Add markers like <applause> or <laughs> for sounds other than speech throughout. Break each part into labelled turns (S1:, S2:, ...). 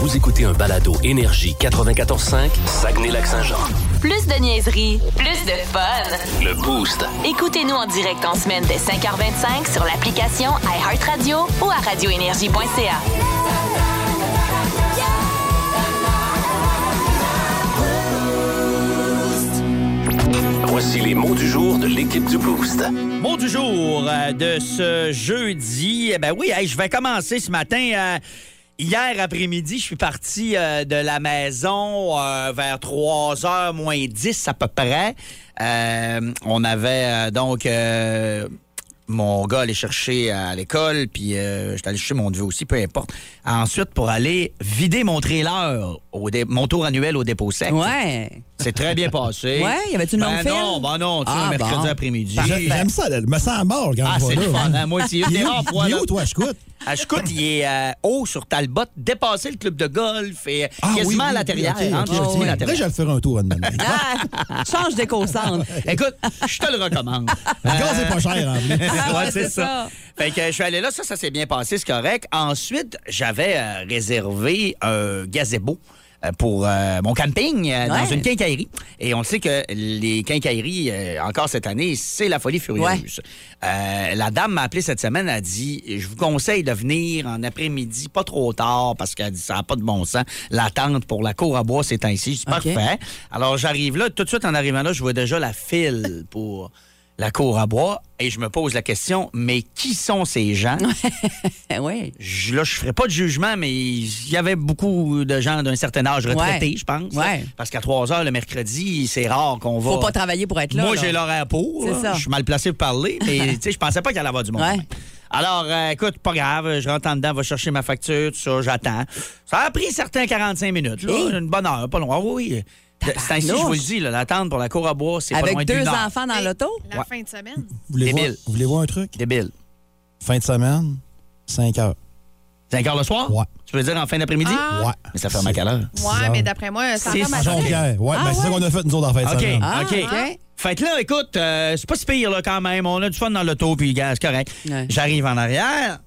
S1: Vous écoutez un balado Énergie 94.5, Saguenay-Lac-Saint-Jean.
S2: Plus de niaiserie, plus de fun.
S1: Le Boost.
S2: Écoutez-nous en direct en semaine dès 5h25 sur l'application iHeartRadio ou à radioénergie.ca.
S1: Voici les mots du jour de l'équipe du Boost.
S3: Mot du jour euh, de ce jeudi. Eh ben oui, hey, je vais commencer ce matin. euh, hier après-midi, je suis parti euh, de la maison euh, vers 3h moins 10 à peu près. Euh, on avait euh, donc... euh, mon gars allait chercher à l'école, puis euh, j'étais allé chercher mon neveu aussi, peu importe. Ensuite, pour aller vider mon trailer, au dé- mon tour annuel au dépôt sec.
S4: Ouais.
S3: C'est très
S4: <laughs>
S3: bien passé.
S4: Ouais, y avait-tu une longue
S3: ben
S4: file?
S3: non, ben non, tu sais,
S4: Ah,
S3: un mercredi
S4: bon.
S3: après-midi.
S5: J'ai- J'aime ça, là, je me sens mort quand
S3: Ah,
S5: je vois
S3: c'est le
S5: là,
S3: fun,
S5: hein.
S3: hein, moi aussi.
S5: Il
S3: Des
S5: est où,
S3: rares fois,
S5: il est
S3: là.
S5: où, toi, je coûte?
S3: À Chicout, il est euh, haut sur Talbot, dépassé le club de golf et
S5: Ah, oui,
S3: quasiment à
S5: oui,
S3: Ah, la terrière.
S5: oui, ok,
S3: entre
S5: ok,
S3: Chicoutimi
S5: ok.
S3: et la
S5: Là, je
S3: terrière.
S5: vais le faire un tour
S3: <laughs>
S5: à demain.
S4: Ah, change d'éco-centre.
S3: Écoute, je te le recommande.
S5: Le gaz est pas cher, en plus.
S4: Ah
S3: <laughs>
S4: ouais,
S3: Ouais, c'est
S4: c'est
S3: ça.
S4: ça.
S3: Fait que euh, je suis allé là, ça, ça s'est bien passé, c'est correct. Ensuite, j'avais euh, réservé un gazebo euh, pour euh, mon camping euh, dans
S4: Ouais.
S3: une quincaillerie. Et on le sait que les quincailleries, euh, encore cette année, c'est la folie furieuse. Euh, la dame m'a appelé cette semaine, elle a dit, je vous conseille de venir en après-midi, pas trop tard, parce qu'elle dit, ça n'a pas de bon sens. L'attente pour la cour à bois, c'est ainsi. Je dis,
S4: OK.
S3: parfait. Alors, j'arrive là, tout de suite en arrivant là, je vois déjà la file pour la cour à bois et je me pose la question, mais qui sont ces gens? Ben
S4: oui.
S3: Je, là, je ferai pas de jugement, mais il y avait beaucoup de gens d'un certain âge retraités,
S4: Ouais.
S3: je pense.
S4: Ouais.
S3: Parce qu'à 3 heures le mercredi, c'est rare qu'on va.
S4: Faut pas travailler pour être là.
S3: Moi,
S4: là.
S3: j'ai l'horaire pour.
S4: C'est
S3: là.
S4: ça.
S3: Je suis mal placé pour parler,
S4: <laughs>
S3: mais tu sais, je pensais pas qu'il allait avoir du monde.
S4: Ouais.
S3: Alors, euh, écoute, pas grave, je rentre en dedans, va chercher ma facture, tout ça, j'attends. Ça a pris certains 45 minutes, là,
S4: Hey.
S3: une bonne heure, pas loin. Ah Oui, c'est ainsi, je vous le dis, là, l'attente pour la cour à bois, c'est pas loin
S4: Avec deux
S3: d'une heure.
S4: enfants dans l'auto?
S6: La
S3: Ouais.
S6: fin de semaine.
S5: Vous voulez, voir,
S3: Débile.
S5: vous voulez voir un truc?
S3: Débile.
S5: Fin de semaine, 5 heures.
S3: 5 heures le soir?
S5: Ouais.
S3: Tu veux dire en fin d'après-midi?
S6: Ah.
S5: Ouais.
S3: Mais ça ferme à quelle heure?
S5: Six
S6: Ouais,
S5: heures.
S6: mais d'après moi, ça
S3: C'est
S6: va
S5: À
S3: ça.
S6: mal.
S5: Jonquière. Ouais,
S4: Ah,
S5: ben, c'est ça
S4: ouais.
S5: qu'on a fait, nous autres, en fin de
S3: OK.
S5: semaine.
S4: Ah,
S3: OK.
S4: OK.
S3: Fait que là, écoute, euh, c'est pas si pire là, quand même. On a du fun dans l'auto, puis gaz, correct.
S4: Ouais.
S3: J'arrive en arrière,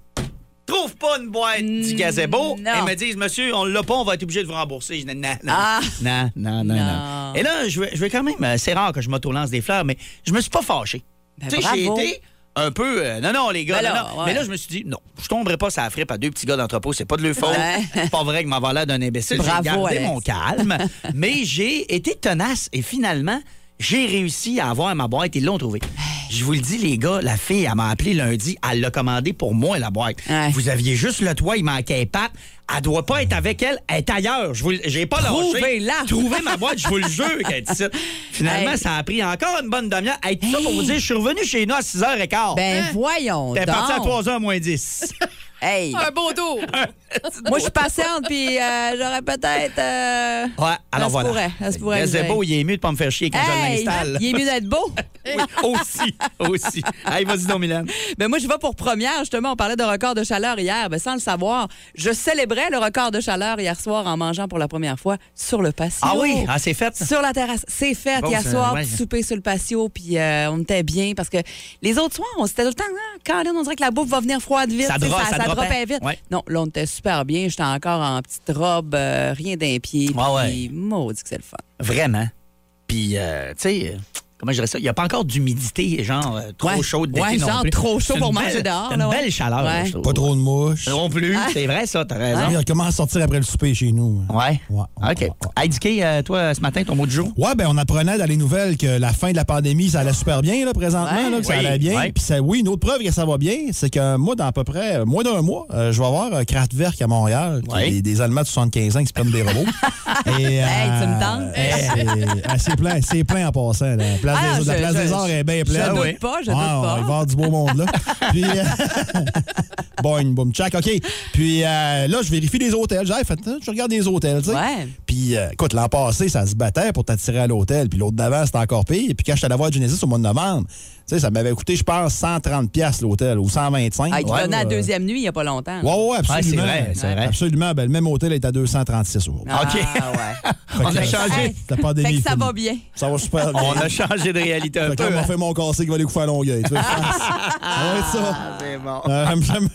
S3: trouve pas une boîte du gazebo.
S4: non.
S3: Ils me disent, monsieur, on l'a pas, on va être obligé de vous rembourser. Je dis, non, non,
S4: Ah.
S3: non, non, non, non.
S4: Non.
S3: Et là, je vais, je vais quand même, euh, c'est rare que je m'auto-lance des fleurs, mais je me suis pas fâché.
S4: Ben,
S3: tu sais, j'ai
S4: bravo.
S3: été un peu, euh, non, non, les gars,
S4: Ben
S3: non,
S4: là,
S3: non.
S4: ouais.
S3: Mais là, je me suis dit, non, je tomberai pas sur la frippe à deux petits gars d'entrepôt, c'est pas de leur faute.
S4: Ouais.
S3: C'est pas vrai que m'en l'air d'un imbécile.
S4: Bravo,
S3: j'ai gardé
S4: Alex.
S3: mon calme, <laughs> mais j'ai été tenace et finalement, j'ai réussi à avoir ma boîte. Ils l'ont trouvée. Je vous le dis, les gars, la fille, elle m'a appelé lundi. Elle l'a commandé pour moi, la boîte.
S4: Ouais.
S3: Vous aviez juste le toit, il manquait pas. Elle doit pas être avec elle. Elle est ailleurs. Je vous, le- j'ai pas lâché.
S4: Trouvez-la.
S3: Trouvez ma boîte, je vous le jure qu'elle est
S4: <laughs>
S3: ici. Finalement,
S4: Hey.
S3: ça a pris encore une bonne demi-heure. Hey, tout ça pour vous dire, je suis revenu chez nous à 6h15.
S4: Ben voyons
S3: T'es parti à
S4: donc.
S3: 3h moins 10.
S4: <laughs> Hey,
S6: Un beau tour.
S4: moi, je suis patiente, puis euh, j'aurais peut-être... euh,
S3: Ouais, alors
S4: se
S3: voilà.
S4: pourrait, ça se pourrait
S3: Le
S4: arriver.
S3: Zebo, il est mieux de pas me faire chier quand
S4: Hey,
S3: je l'installe.
S4: il est mieux d'être beau.
S3: <laughs> aussi, aussi. Allez, vas-y donc, Mylène.
S4: Ben moi, je vais pour première. Justement, on parlait de record de chaleur hier. Ben, sans le savoir, je célébrais le record de chaleur hier soir en mangeant pour la première fois sur le patio.
S3: Ah oui, ah, c'est fait.
S4: Sur la terrasse. C'est fait.
S3: Bon,
S4: hier
S3: ça,
S4: soir,
S3: ouais.
S4: petit souper sur le patio, puis euh, on était bien parce que les autres soirs, on s'était tout le temps, ah, Caroline, on dirait que la bouffe va venir froide vite.
S3: Ça
S4: Tu sais,
S3: droppe, ça droppait.
S4: droppait vite.
S3: Ouais.
S4: Non, là, on était super bien. J'étais encore en petite robe, euh, rien d'un pied.
S3: Ouais, ouais.
S4: puis maudit que c'est le fun.
S3: Vraiment. Puis, euh, tu sais, euh, comment je dirais ça? Il n'y a pas encore d'humidité, genre euh, trop
S4: Ouais.
S3: chaude.
S4: Ouais,
S3: d'été non
S4: genre
S3: plus.
S4: trop chaud
S3: C'est
S4: pour
S3: une
S4: manger
S3: belle-
S4: dehors,
S3: c'est Une
S4: là, ouais.
S3: belle chaleur,
S4: Ouais.
S3: je trouve.
S5: Pas trop de mouches.
S3: Non plus. C'est vrai, ça, t'as raison.
S5: Il recommence à sortir après le souper chez nous. hein.
S3: Ouais.
S5: Ouais.
S3: OK. Hey, Dicky, euh, toi, ce matin, ton mot du jour?
S5: Ouais, ben on apprenait dans les nouvelles que la fin de la pandémie, ça allait super bien là, présentement,
S4: Ouais.
S5: là, que ça
S3: Oui,
S5: allait bien.
S3: ouais.
S5: Puis ça, oui, une autre preuve que ça va bien, c'est que moi, dans à peu près euh, moins d'un mois, euh, je vais avoir un Kraftwerk à Montréal, qui
S3: Ouais.
S5: est des, des Allemands de 75 ans qui
S4: <laughs>
S5: se prennent des robots. Et,
S4: Hey, tu me tentes?
S5: euh, hey, c'est- ah, c'est plein, c'est plein en passant. là. Place place,
S4: Ah,
S5: des, la
S4: je-
S5: place
S4: je-
S5: des Arts est bien
S4: je
S5: pleine.
S4: doute
S5: Ah oui.
S4: pas, je
S5: Ah,
S4: doute pas.
S5: ah, Il va y avoir du beau
S4: <laughs>
S5: monde, là. Puis, euh, <laughs> boing, boum, tchac, OK. Puis euh, là, je vérifie les hôtels. J'ai fait, hein, je regarde les hôtels, tu sais.
S4: Ouais.
S5: Puis, euh, écoute, l'an passé, ça se battait pour t'attirer à l'hôtel. Puis l'autre d'avant, c'était encore pire. Puis quand j'étais allé voir Genesis au mois de novembre, tu sais, ça m'avait coûté, je pense, 130$ piastres l'hôtel ou 125$.
S4: Ah, il
S5: Ouais,
S4: donnait la
S5: euh,
S4: deuxième nuit il n'y a pas longtemps.
S5: Ouais, ouais, ouais, absolument.
S3: Ouais, c'est vrai, c'est vrai.
S5: Absolument. Ben, le même hôtel est à 236 euros.
S4: Ah,
S3: OK. <laughs>
S4: ouais.
S5: Fait que,
S3: On a
S5: euh,
S3: changé.
S5: la pandémie
S4: Fait que
S5: est
S4: ça
S5: finie.
S4: va bien.
S5: Ça va super bien.
S3: On a changé de réalité un
S5: Fait que là,
S3: peu.
S5: on m'a
S3: hein?
S5: fait mon cassé qui va aller couper à Longueuil. Tu vois, je
S4: <laughs>
S5: pense. Ça va être ça.
S3: C'est bon.
S5: Euh, j'aime-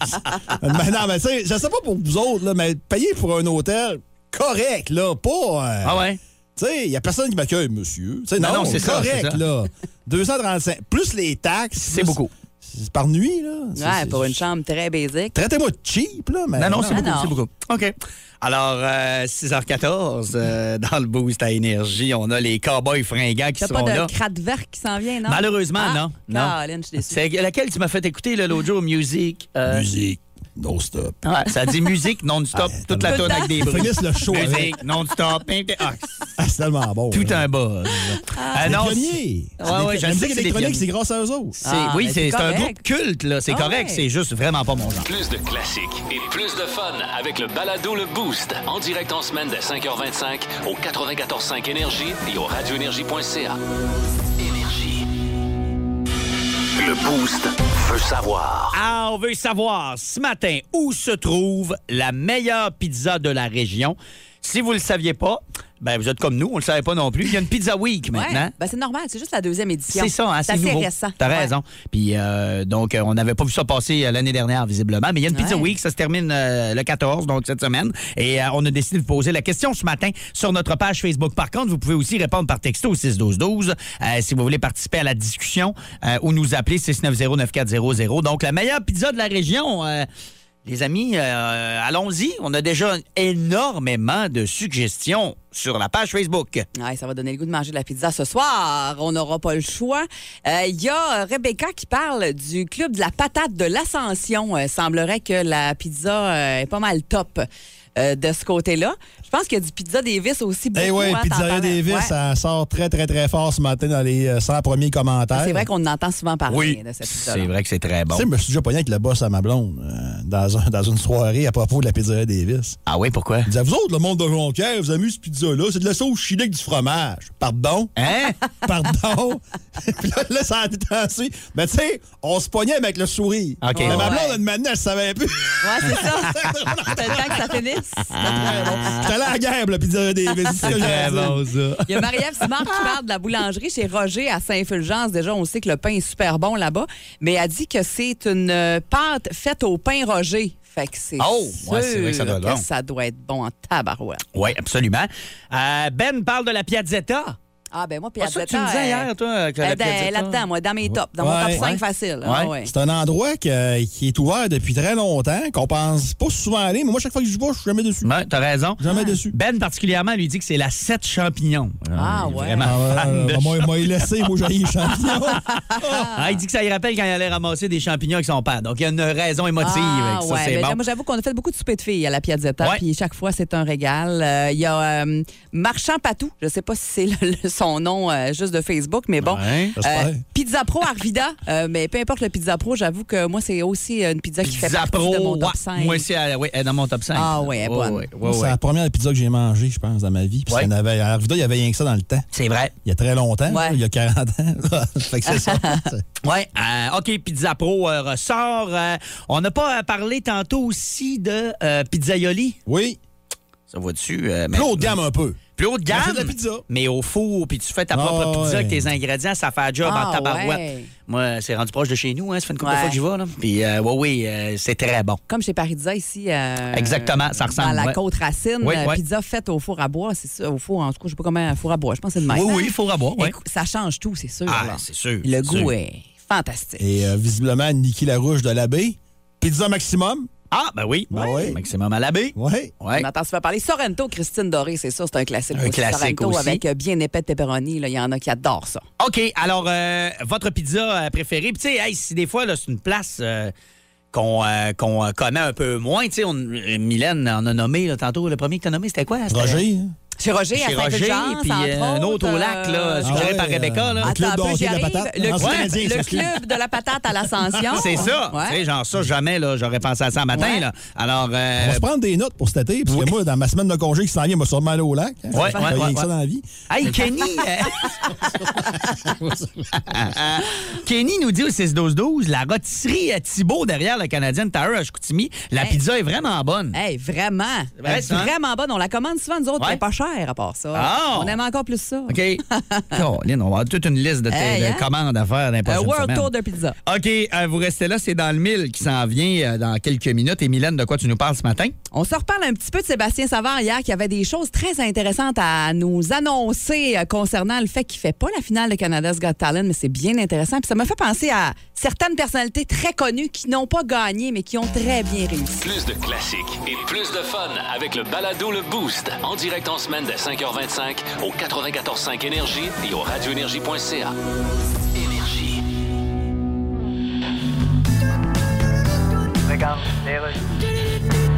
S5: mais non, mais tu sais, je sais pas pour vous autres, là, mais payer pour un hôtel correct, là, pas... euh,
S3: Ah ouais?
S5: Tu sais, il y a personne qui m'accueille, monsieur. Tu sais,
S3: Non,
S5: non,
S3: non, c'est ça,
S5: correct,
S3: c'est ça.
S5: là. 235, plus les taxes.
S3: C'est
S5: plus-
S3: beaucoup.
S5: c'est Par nuit, là. C'est-
S4: Ouais, pour une chambre très basique.
S5: Traitez-moi de cheap, là, mais...
S3: Non, non, c'est
S4: Ah,
S3: beaucoup,
S4: non.
S3: c'est beaucoup. OK. Alors, euh, 6h14, euh, dans le boost à énergie, on a les cowboys fringants qui
S4: T'as
S3: seront
S4: pas
S3: là.
S4: de crate verte qui s'en vient, non?
S3: Malheureusement,
S4: Ah,
S3: non.
S4: Caroline, je suis déçue.
S3: C'est laquelle tu m'as fait écouter là, l'autre jour, musique. euh,
S5: Musique, non-stop.
S3: ouais, ça dit musique non-stop, toute la
S5: t'as-
S3: tonne avec des
S5: Ils
S3: bruits.
S5: finissent le show avec.
S3: Musique non-stop. Ah, c'est
S5: Ah, c'est tellement bon.
S3: tout
S5: là.
S3: un buzz. Ah,
S5: Les
S3: non,
S5: pionniers.
S3: Ouais,
S5: C'est des-
S3: ouais, je
S5: la
S3: sais
S5: musique
S3: que c'est des
S5: électronique,
S3: pionniers.
S5: c'est grâce à eux autres.
S3: c'est-
S4: Ah,
S3: oui,
S4: mais
S3: c'est
S4: c'est
S3: c'est un
S4: correct.
S3: groupe culte, là. C'est
S4: Ah,
S3: correct,
S4: ouais.
S3: c'est juste vraiment pas mon genre.
S1: Plus de classiques et plus de fun avec le balado Le Boost. En direct en semaine dès 5h25 au 94.5 Énergie et au radioénergie.ca. Énergie. Le Boost veut savoir.
S3: Ah, on veut savoir ce matin où se trouve la meilleure pizza de la région. Si vous le saviez pas, ben vous êtes comme nous, on le savait pas non plus. Il y a une Pizza Week
S4: Ouais.
S3: maintenant.
S4: Ben, c'est normal, c'est juste la deuxième édition.
S3: C'est ça, hein,
S4: c'est
S3: c'est
S4: assez
S3: nouveau.
S4: récent.
S3: T'as
S4: Ouais.
S3: raison. Puis euh, donc, euh, on n'avait pas vu ça passer euh, l'année dernière, visiblement. Mais il y a une Pizza
S4: Ouais.
S3: Week, ça se termine euh, le 14, donc cette semaine. Et euh, on a décidé de vous poser la question ce matin sur notre page Facebook. Par contre, vous pouvez aussi répondre par texto au 612-12 euh, si vous voulez participer à la discussion euh, ou nous appeler 690-9400. Donc, la meilleure pizza de la région... euh, les amis, euh, allons-y. On a déjà énormément de suggestions sur la page Facebook.
S4: Ouais, ça va donner le goût de manger de la pizza ce soir. On n'aura pas le choix. Euh, Il y a Rebecca qui parle du club de la patate de l'Ascension. Euh, semblerait que la pizza euh, est pas mal top euh, de ce côté-là. Je pense qu'il y a du pizza Davis aussi. Beaucoup,
S5: Eh ouais,
S4: hein, t'en
S5: Pizzeria
S4: parlais.
S5: Davis,
S4: Ouais.
S5: ça sort très, très, très fort ce matin dans les euh, 100 premiers commentaires.
S4: Ah, C'est vrai qu'on en entend souvent parler Ah, de cette pizza.
S3: c'est vrai que c'est très bon.
S5: Tu sais, je me suis déjà pogné avec le boss à ma blonde euh, dans, un- dans une soirée à propos de la pizzeria Davis.
S3: Ah oui, pourquoi?
S5: Il disait, vous autres, le monde de Jonquière, vous amusez cette pizza-là, c'est de la sauce chili avec du fromage.
S3: <laughs>
S5: Pardon?
S4: <laughs>
S3: Hein?
S5: Pardon? <laughs> Puis là, là, ça a détendu. Mais tu sais, on se pognait avec le sourire.
S3: OK.
S5: Mais ma blonde,
S4: Ouais.
S5: une manette, elle savait
S3: <laughs>
S5: plus. <laughs>
S4: Ouais, c'est ça. C'est le temps que ça finisse.
S5: Très bon. J'étais allé à la guerre, pour la pizzeria Davis. C'est ce que j'avais à dire.
S3: ça.
S4: Il y a Marie-Ève Simard qui parle de la boulangerie chez Roger à Saint-Fulgence. Déjà, on sait que le pain est super bon là-bas, mais elle dit que c'est une euh, pâte faite au pain Roger. Fait que c'est
S3: Oh,
S4: sûr
S3: ouais, c'est vrai que ça doit être
S4: que
S3: bon.
S4: ça doit être bon en tabarouette.
S3: Oui, absolument. Euh, ben parle de la piazzetta.
S4: Ah ben moi, puis euh,
S3: C'est ça que tu me disais hier, toi, que la piazzetta.
S4: Là-dedans, moi, dans mes tops, dans mon
S5: Ouais.
S4: top 5
S5: Ouais.
S4: facile.
S3: Ouais.
S4: Ah ouais.
S5: C'est un endroit que- qui est ouvert depuis très longtemps, qu'on pense pas souvent aller, mais moi, chaque fois que je vois, je suis jamais dessus.
S3: Ouais, t'as raison.
S5: Jamais dessus.
S3: Ben particulièrement lui dit que c'est la 7 champignons.
S4: Ah,
S3: Il est
S4: ouais.
S3: Vraiment
S5: Ah,
S3: fan de
S5: euh, moi, moi, il laissé, moi,
S3: <laughs>
S5: j'ai eu champignons.
S3: Ah, il dit que ça lui rappelle quand il allait ramasser des champignons avec son père. Donc il y a une raison émotive avec ça,
S4: ouais,
S3: c'est
S4: ben
S3: bon.
S4: là, Moi, j'avoue qu'on a fait beaucoup de soupers de filles à la Piazzetta,
S3: Ouais.
S4: puis chaque fois, c'est un régal. Euh, Il y a euh, Marchand Patou, je sais pas si c'est le- le- son nom euh, juste de Facebook, mais bon. Euh,
S3: Ouais,
S5: j'espère.
S4: pizza Pro Arvida, Euh, mais peu importe le Pizza Pro, j'avoue que moi, c'est aussi euh, une pizza qui fait
S3: Pizza
S4: partie
S3: Pro,
S4: de mon top
S3: ouais.
S4: 5.
S3: Moi aussi, elle, ouais, elle est dans mon top 5.
S4: Ah, ouais, elle est bonne.
S3: ouais, ouais,
S5: Moi, C'est
S3: ouais.
S5: la première pizza que j'ai mangée, je pense, dans ma vie. Puis
S3: Ouais.
S5: ça n'avait- à Arvida, il y avait rien que ça dans le temps.
S3: C'est vrai.
S5: Il y a très longtemps,
S4: Ouais.
S5: il y a 40 ans. <laughs> Ah, fait que
S4: <laughs>
S5: c'est ça.
S3: Ouais, euh, OK, Pizza Pro euh, ressort. Euh, on n'a pas euh, parlé tantôt aussi de euh, Pizzaioli.
S5: Oui,
S3: Ça va dessus. euh, mais-
S5: plus haut de gamme un peu.
S3: Plus haut de gamme.
S5: Mais c'est de la pizza.
S3: Mais au four, puis tu fais ta
S5: Ah,
S3: propre pizza avec
S5: ouais.
S3: tes ingrédients, ça fait un job
S4: Ah,
S3: en tabarouette.
S4: ouais.
S3: Moi, c'est rendu proche de chez nous, hein, ça fait une couple de
S4: Ouais.
S3: fois que j'y vais. Là. Puis, euh, ouais, oui, euh, c'est très bon.
S4: Comme chez Parizza ici. euh,
S3: Exactement, ça ressemble,
S4: Dans la
S3: ouais.
S4: côte racine,
S3: Oui,
S4: euh,
S3: ouais.
S4: pizza faite au four à bois, c'est ça, au four, en tout cas, je sais pas comment, four à bois, je pense que c'est le même.
S3: Oui, oui, il faut avoir, oui.
S4: Écoute, Ça change tout, c'est sûr. là.
S3: Ah, c'est sûr.
S4: le
S3: c'est
S4: goût
S3: sûr.
S4: est fantastique.
S5: Et euh, visiblement, Niki Larouche de l'abbé. Pizza maximum.
S3: Ah, ben oui.
S5: Ben oui.
S3: Maximum à l'abbé.
S5: Oui.
S3: Ouais.
S4: On entend souvent parler. Sorrento, Christine Doré, c'est ça, c'est un classique.
S3: Un
S4: aussi.
S3: classique
S4: Sorrento
S3: aussi.
S4: avec euh, bien épais de pepperoni, là, il y en a qui adorent ça.
S3: OK, alors, euh, votre pizza euh, préférée. Puis, tu sais, hey, si des fois, là, c'est une place euh, qu'on euh, qu'on, euh, connaît un peu moins. Tu sais, on- euh, Mylène en a nommé là, tantôt. Le premier que tu as nommé, c'était quoi? C'était-
S5: Roger. hein?
S4: Chez Roger,
S3: Chez
S4: à
S3: Roger,
S4: Saint-Fulgence,
S3: puis
S4: entre
S3: euh, un autre au
S4: autres,
S3: lac, là,
S4: euh,
S3: suggéré
S5: ah ouais,
S3: par Rebecca. Là.
S5: Le
S4: Attends
S5: club
S4: un peu,
S5: de hockey
S4: j'y
S5: de la
S4: arrive.
S5: patate.
S4: Le,
S5: Non, c'est
S4: club,
S5: canadien,
S4: le
S5: ça, excuse.
S4: club de la patate à l'ascension.
S3: <laughs> C'est ça.
S4: Ouais.
S3: Tu sais, genre ça, jamais, là, j'aurais pensé à ça un matin.
S4: Ouais.
S3: Là. Alors, euh,
S5: On va se prendre des notes pour cet été, parce que moi, dans ma semaine de congé qui s'en vient, on va sûrement aller au lac. hein.
S3: Ouais,
S5: Ça,
S3: ouais,
S5: rien
S3: ouais,
S5: que ça
S3: ouais.
S5: dans la vie.
S4: Ah,
S3: Hey, Kenny! euh, <laughs> Kenny nous dit au 6-12-12, la rôtisserie à Thibault derrière le Canadian Tower à Chicoutimi, la
S4: Hey.
S3: pizza est vraiment bonne.
S4: Hey, vraiment.
S3: vrai,
S4: Elle est
S3: ça, hein?
S4: vraiment bonne. On la commande souvent, nous autres,
S3: Ouais.
S4: mais pas cher à part ça.
S3: Ah!
S4: On aime encore plus ça. <laughs> Euh,
S3: OK. Caroline, on va avoir toute une liste de, tes-
S4: Hey,
S3: de
S4: hein?
S3: commandes à faire dans les
S4: Un
S3: prochaines
S4: World
S3: semaines.
S4: Tour de pizza.
S3: OK, euh, vous restez là, c'est dans le mille qui s'en vient euh, dans quelques minutes. Et Mylène, de quoi tu nous parles ce matin?
S4: On se reparle un petit peu de Sébastien Savard hier qui avait des choses très intéressantes à nous annoncer euh, concernant le fait qu'il fait pas la finale de Canada's Got Talent, mais c'est bien intéressant. Puis ça m'a fait penser à certaines personnalités très connues qui n'ont pas gagné, mais qui ont très bien réussi.
S1: Plus de classiques et plus de fun avec le balado Le Boost. En direct en semaine dès 5h25 au 94.5 Énergie et au radioénergie.ca. Énergie.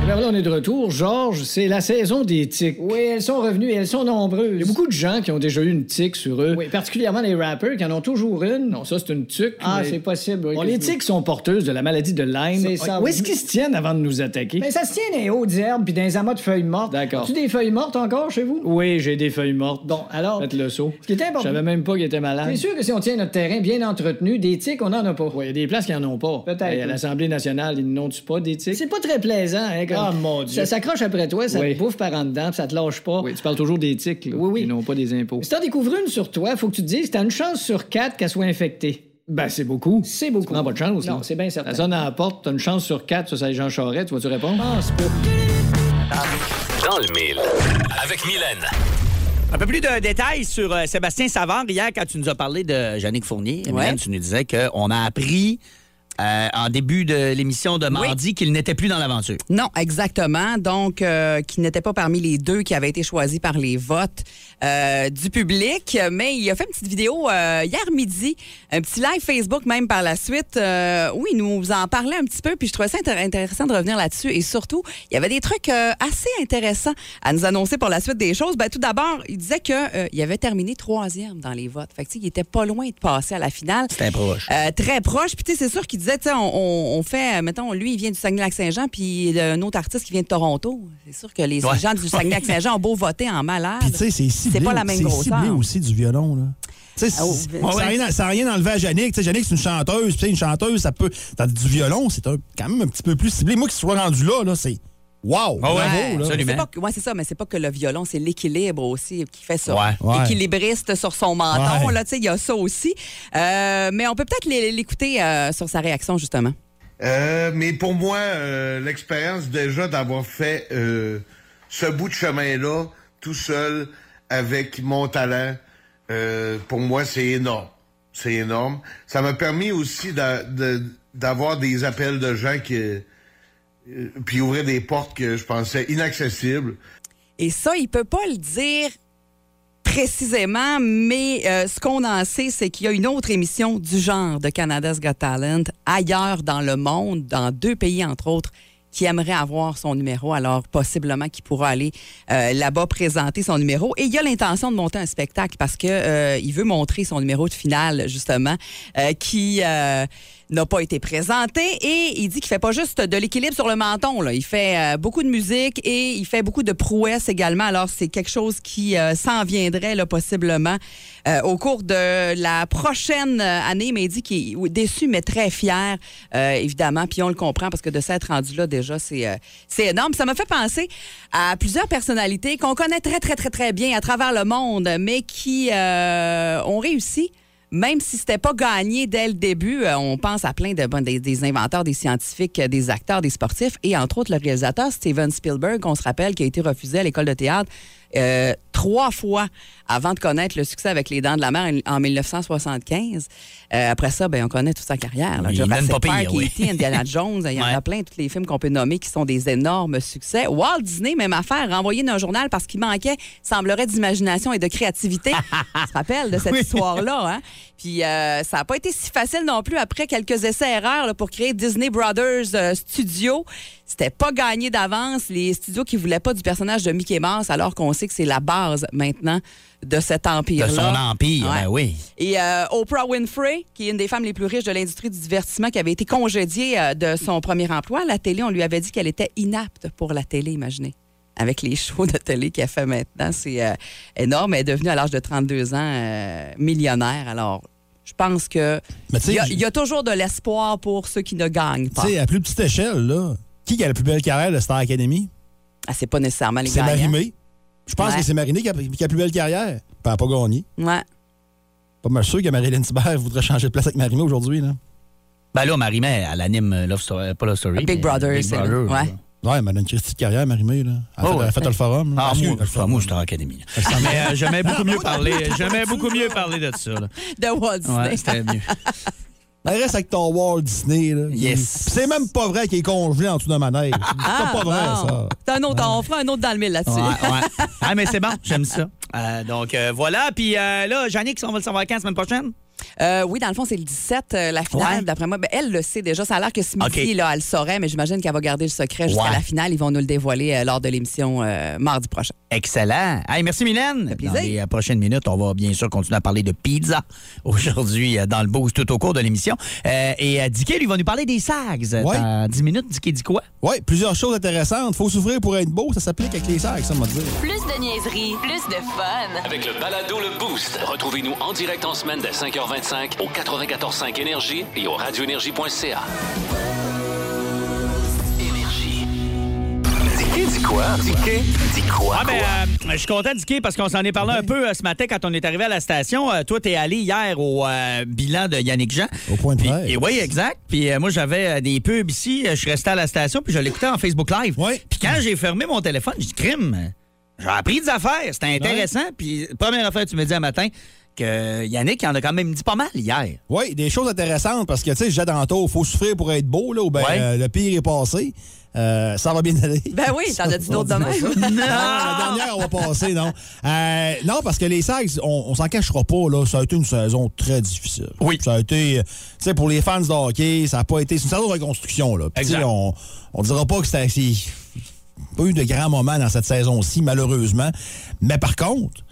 S6: Ben voilà, on est de retour. Georges, c'est la saison des tics. Oui, elles sont revenues et elles sont nombreuses. Il y a beaucoup de gens qui ont déjà eu une tique sur eux. Oui, particulièrement les rappers qui en ont toujours une. Non, ça, c'est une tuque. Ah, c'est possible. Bon, les tics sont porteuses de la maladie de Lyme. C'est ça. Où est-ce qu'ils se tiennent avant de nous attaquer? Mais ça se tient dans les hautes herbes puis dans les amas de feuilles mortes. D'accord. tu des feuilles mortes encore chez vous? Oui, j'ai des feuilles mortes. Bon, alors. Faites le saut. Ce qui est important. Je savais même pas qu'ils étaient malades. C'est sûr que si on tient notre terrain bien entretenu, des tics, on en a pas. Oui, il y a des places qui en ont pas. Peut-être. à l'Assemblée nationale, ils n'ont tu pas des tics? C'est pas très plaisant, hein, comme... Ah, mon Dieu. Ça s'accroche après toi, ça te bouffe par en dedans, puis ça te lâche pas. Oui, tu parles toujours des tics, Oui, oui. Ils n'ont pas des impôts. Si t'en découvres une sur toi, faut que tu te dises que t'as une chance sur quatre qu'elle soit infectée. Ben, c'est beaucoup. C'est beaucoup. Tu prends pas de chance, Non, c'est bien certain. La zone à la porte, t'as une chance sur quatre, ça, c'est Jean Charest, tu vas-tu répondre? Pense Ah, pas.
S1: Dans le mille. Avec Mylène.
S3: Un peu plus de détails sur euh, Sébastien Savard. Hier, quand tu nous as parlé de Yannick Fournier,
S4: Ouais.
S3: Mylène, tu nous disais qu'on a appris euh, en début de l'émission de mardi qu'il n'était plus dans l'aventure.
S4: Non, exactement. Donc, euh, qui n'était pas parmi les deux qui avaient été choisis par les votes euh, du public. Mais il a fait une petite vidéo euh, hier midi, un petit live Facebook même par la suite, euh, où il nous en parlait un petit peu. Puis je trouvais ça intér- intéressant de revenir là-dessus. Et surtout, il y avait des trucs euh, assez intéressants à nous annoncer pour la suite des choses. Ben, tout d'abord, il disait qu'il avait terminé troisième dans les votes. Fait que, tu sais, il était pas loin de passer à la finale.
S3: C'était proche.
S4: Euh, très proche. Puis, tu sais, c'est sûr qu'il disait, tu sais, on, on- on fait, euh, mettons, lui, il vient du Saguenay-Lac-Saint-Jean, puis euh, un autre artiste qui vient de Toronto. C'est sûr que les
S3: Ouais.
S4: gens du Saguenay-Lac-Saint-Jean ont beau voter en malade.
S5: Puis, tu sais, c'est ciblé.
S4: pas la même
S5: c'est
S4: grosseur.
S5: ciblé aussi du violon, là. Tu sais, c'est-
S4: Oh,
S5: c'est-
S4: ouais.
S5: ça n'a rien, ça a rien enlevé à Yannick. Tu sais, Yannick, c'est une chanteuse. puis tu sais, une chanteuse, ça peut. Tandis que du violon, c'est un- quand même un petit peu plus ciblé. Moi qui sois rendu là, là, c'est. Wow!
S4: Ah
S5: bravo,
S3: Ah ouais,
S5: là.
S3: absolument.
S4: C'est pas que- ouais, c'est ça, mais c'est pas que le violon, c'est l'équilibre aussi qui fait ça.
S3: Ouais.
S5: Ouais.
S4: Équilibriste sur son menton,
S5: Ouais.
S4: là, tu sais, il y a ça aussi. Euh, mais on peut peut-être l'é- l'écouter euh, sur sa réaction, justement.
S7: Euh, mais pour moi, euh, l'expérience déjà d'avoir fait euh, ce bout de chemin-là tout seul avec mon talent, euh, pour moi, c'est énorme. C'est énorme. Ça m'a permis aussi d'a- de- d'avoir des appels de gens qui... euh, puis ouvrir des portes que je pensais inaccessibles.
S4: Et ça, il peut pas le dire précisément, mais euh, ce qu'on en sait, c'est qu'il y a une autre émission du genre de Canada's Got Talent ailleurs dans le monde, dans deux pays entre autres, qui aimerait avoir son numéro. Alors, possiblement qu'il pourra aller euh, là-bas présenter son numéro. Et il a l'intention de monter un spectacle parce que euh, il veut montrer son numéro de finale, justement, euh, qui... euh, n'a pas été présenté et il dit qu'il fait pas juste de l'équilibre sur le menton. Là. Il fait euh, beaucoup de musique et il fait beaucoup de prouesses également. Alors, c'est quelque chose qui euh, s'en viendrait là, possiblement euh, au cours de la prochaine euh, année. Mais il dit qu'il est déçu, mais très fier, euh, évidemment. Puis on le comprend parce que de s'être rendu là, déjà, c'est euh, c'est énorme. Ça m'a fait penser à plusieurs personnalités qu'on connaît très, très, très, très bien à travers le monde, mais qui euh, ont réussi même si c'était pas gagné dès le début, euh, on pense à plein de bon, des, des inventeurs, des scientifiques, euh, des acteurs, des sportifs et entre autres le réalisateur Steven Spielberg, on se rappelle, qui a été refusé à l'école de théâtre euh, trois fois avant de connaître le succès avec Les Dents de la Mer en- en 1975. Euh, après ça, ben, on connaît toute sa carrière. Là,
S3: Il
S4: Jurassic
S3: mène pas pire,
S4: Park,
S3: oui.
S4: E.T., Indiana Jones, il y en
S3: Ouais.
S4: a plein, tous les films qu'on peut nommer qui sont des énormes succès. Walt Disney, même affaire, renvoyé d'un journal parce qu'il manquait, semblerait, d'imagination et de créativité. On se rappelle
S3: <laughs>
S4: de cette histoire-là. Hein? Puis euh, ça n'a pas été si facile non plus après quelques essais-erreurs là, pour créer Disney Brothers euh, Studio. C'était pas gagné d'avance. Les studios qui voulaient pas du personnage de Mickey Mouse, alors qu'on sait que c'est la base maintenant de cet empire-là.
S3: De son empire,
S4: hein? Ouais.
S3: ben oui.
S4: Et euh, Oprah Winfrey, qui est une des femmes les plus riches de l'industrie du divertissement, qui avait été congédiée euh, de son premier emploi à la télé, on lui avait dit qu'elle était inapte pour la télé, imaginez. Avec les shows de télé qu'elle fait maintenant, c'est euh, énorme. Elle est devenue à l'âge de 32 ans euh, millionnaire. Alors, je pense que
S5: Mais tu sais,
S4: il y, a-
S5: je-
S4: il y a toujours de l'espoir pour ceux qui ne gagnent pas.
S5: Tu sais, à plus petite échelle, là, qui a la plus belle carrière de Star Academy?
S4: Ah, c'est pas nécessairement les
S5: C'est
S4: gagnants.
S5: Marimé. Je pense
S4: Ouais.
S5: que c'est Marimé qui a, qui a la plus belle carrière. Puis elle n'a pas gagné.
S4: Ouais.
S5: Pas mal sûr que Marilyn Thibert voudrait changer de place avec Marimé aujourd'hui. là.
S3: Ben là, Marie-Mère, elle anime euh, Love Story, euh, pas Love Story.
S4: Big
S3: mais
S4: Brother, c'est- ouais. <laughs>
S3: là.
S5: Ouais, mais elle a une petite carrière, Marimé. Là. Elle a
S3: Oh,
S5: fait, elle a fait le forum. là.
S3: Ah,
S5: Excuse,
S3: moi,
S5: le
S3: ah,
S5: forum.
S3: moi, je suis en académie. Mais euh, j'aimais beaucoup
S4: <laughs>
S3: mieux parler. J'aimais beaucoup mieux parler de ça. là.
S4: De Walt Disney.
S3: Ouais, c'était mieux.
S5: Elle reste avec ton Walt Disney. Là.
S3: Yes.
S5: Puis C'est même pas vrai qu'il est congelé en dessous
S4: <laughs>
S5: d'un manège. C'est pas vrai,
S4: Ah, bon.
S5: ça.
S4: C'est un autre, on fera un autre dans le mille là-dessus.
S3: Ouais, ouais. Ah, mais c'est bon, j'aime ça. Euh, donc euh, voilà. Puis euh, là, Jannick, on va le savoir quand, la semaine prochaine?
S4: Euh, oui, dans le fond, c'est le 17, euh, la finale,
S3: Ouais.
S4: d'après moi. Ben, elle le sait déjà. Ça a l'air que ce midi,
S3: OK.
S4: là, elle le saurait, mais j'imagine qu'elle va garder le secret jusqu'à
S3: Ouais.
S4: la finale. Ils vont nous le dévoiler euh, lors de l'émission euh, mardi prochain.
S3: Excellent. Hey, merci, Mylène.
S4: plaisir.
S3: Dans les euh, prochaines minutes, on va bien sûr continuer à parler de pizza <laughs> aujourd'hui euh, dans le boost tout au cours de l'émission. Euh, et euh, Dicky, lui, va nous parler des sags. euh,
S5: Ouais.
S3: Dans 10 minutes, Dicky dit quoi?
S5: Ouais, plusieurs choses intéressantes. Faut souffrir pour être beau. Ça s'applique avec les sacs, ça, on va dire.
S2: Plus de niaiserie, plus de fun.
S1: Avec le balado Le Boost, retrouvez-nous en direct en semaine dès 5h25 au 94.5 Énergie et au radioénergie.ca. Énergie. Dicky dit quoi? Dicky dit quoi?
S3: Ah, ben, euh, je suis content, Dicky, parce qu'on s'en est parlé un peu euh, ce matin quand on est arrivé à la station. Euh, toi, t'es allé hier au euh, bilan de Yannick Jean.
S5: Au point de
S3: Puis-
S5: presse.
S3: et Oui, exact. Puis euh, moi, j'avais euh, des pubs ici. Euh, Je suis resté à la station, puis je l'écoutais en Facebook Live.
S5: Ouais.
S3: Puis quand j'ai fermé mon téléphone, j'ai dit, crime, j'ai appris des affaires. C'était intéressant. Puis première affaire, tu me dis un matin que Yannick, il en a quand même dit pas mal hier.
S5: Oui, des choses intéressantes parce que, tu sais, je disais tantôt, faut souffrir pour être beau, là, ou bien
S3: Ouais.
S5: euh, le pire est passé. Euh, ça va bien aller.
S4: Ben
S5: <laughs>
S4: oui, t'en as dit d'autres demain.
S5: Non, la dernière, on va passer, non. Euh, non, parce que les Sags, on, on s'en cachera pas, là. Ça a été une saison très difficile.
S3: Oui.
S5: Ça a été, euh, tu sais, pour les fans de hockey, ça n'a pas été. C'est une saison de reconstruction, là. Puis, tu sais,
S3: Exact.
S5: on, on dira pas que c'était. c'est- Pas eu de grands moments dans cette saison-ci, malheureusement. Mais par contre,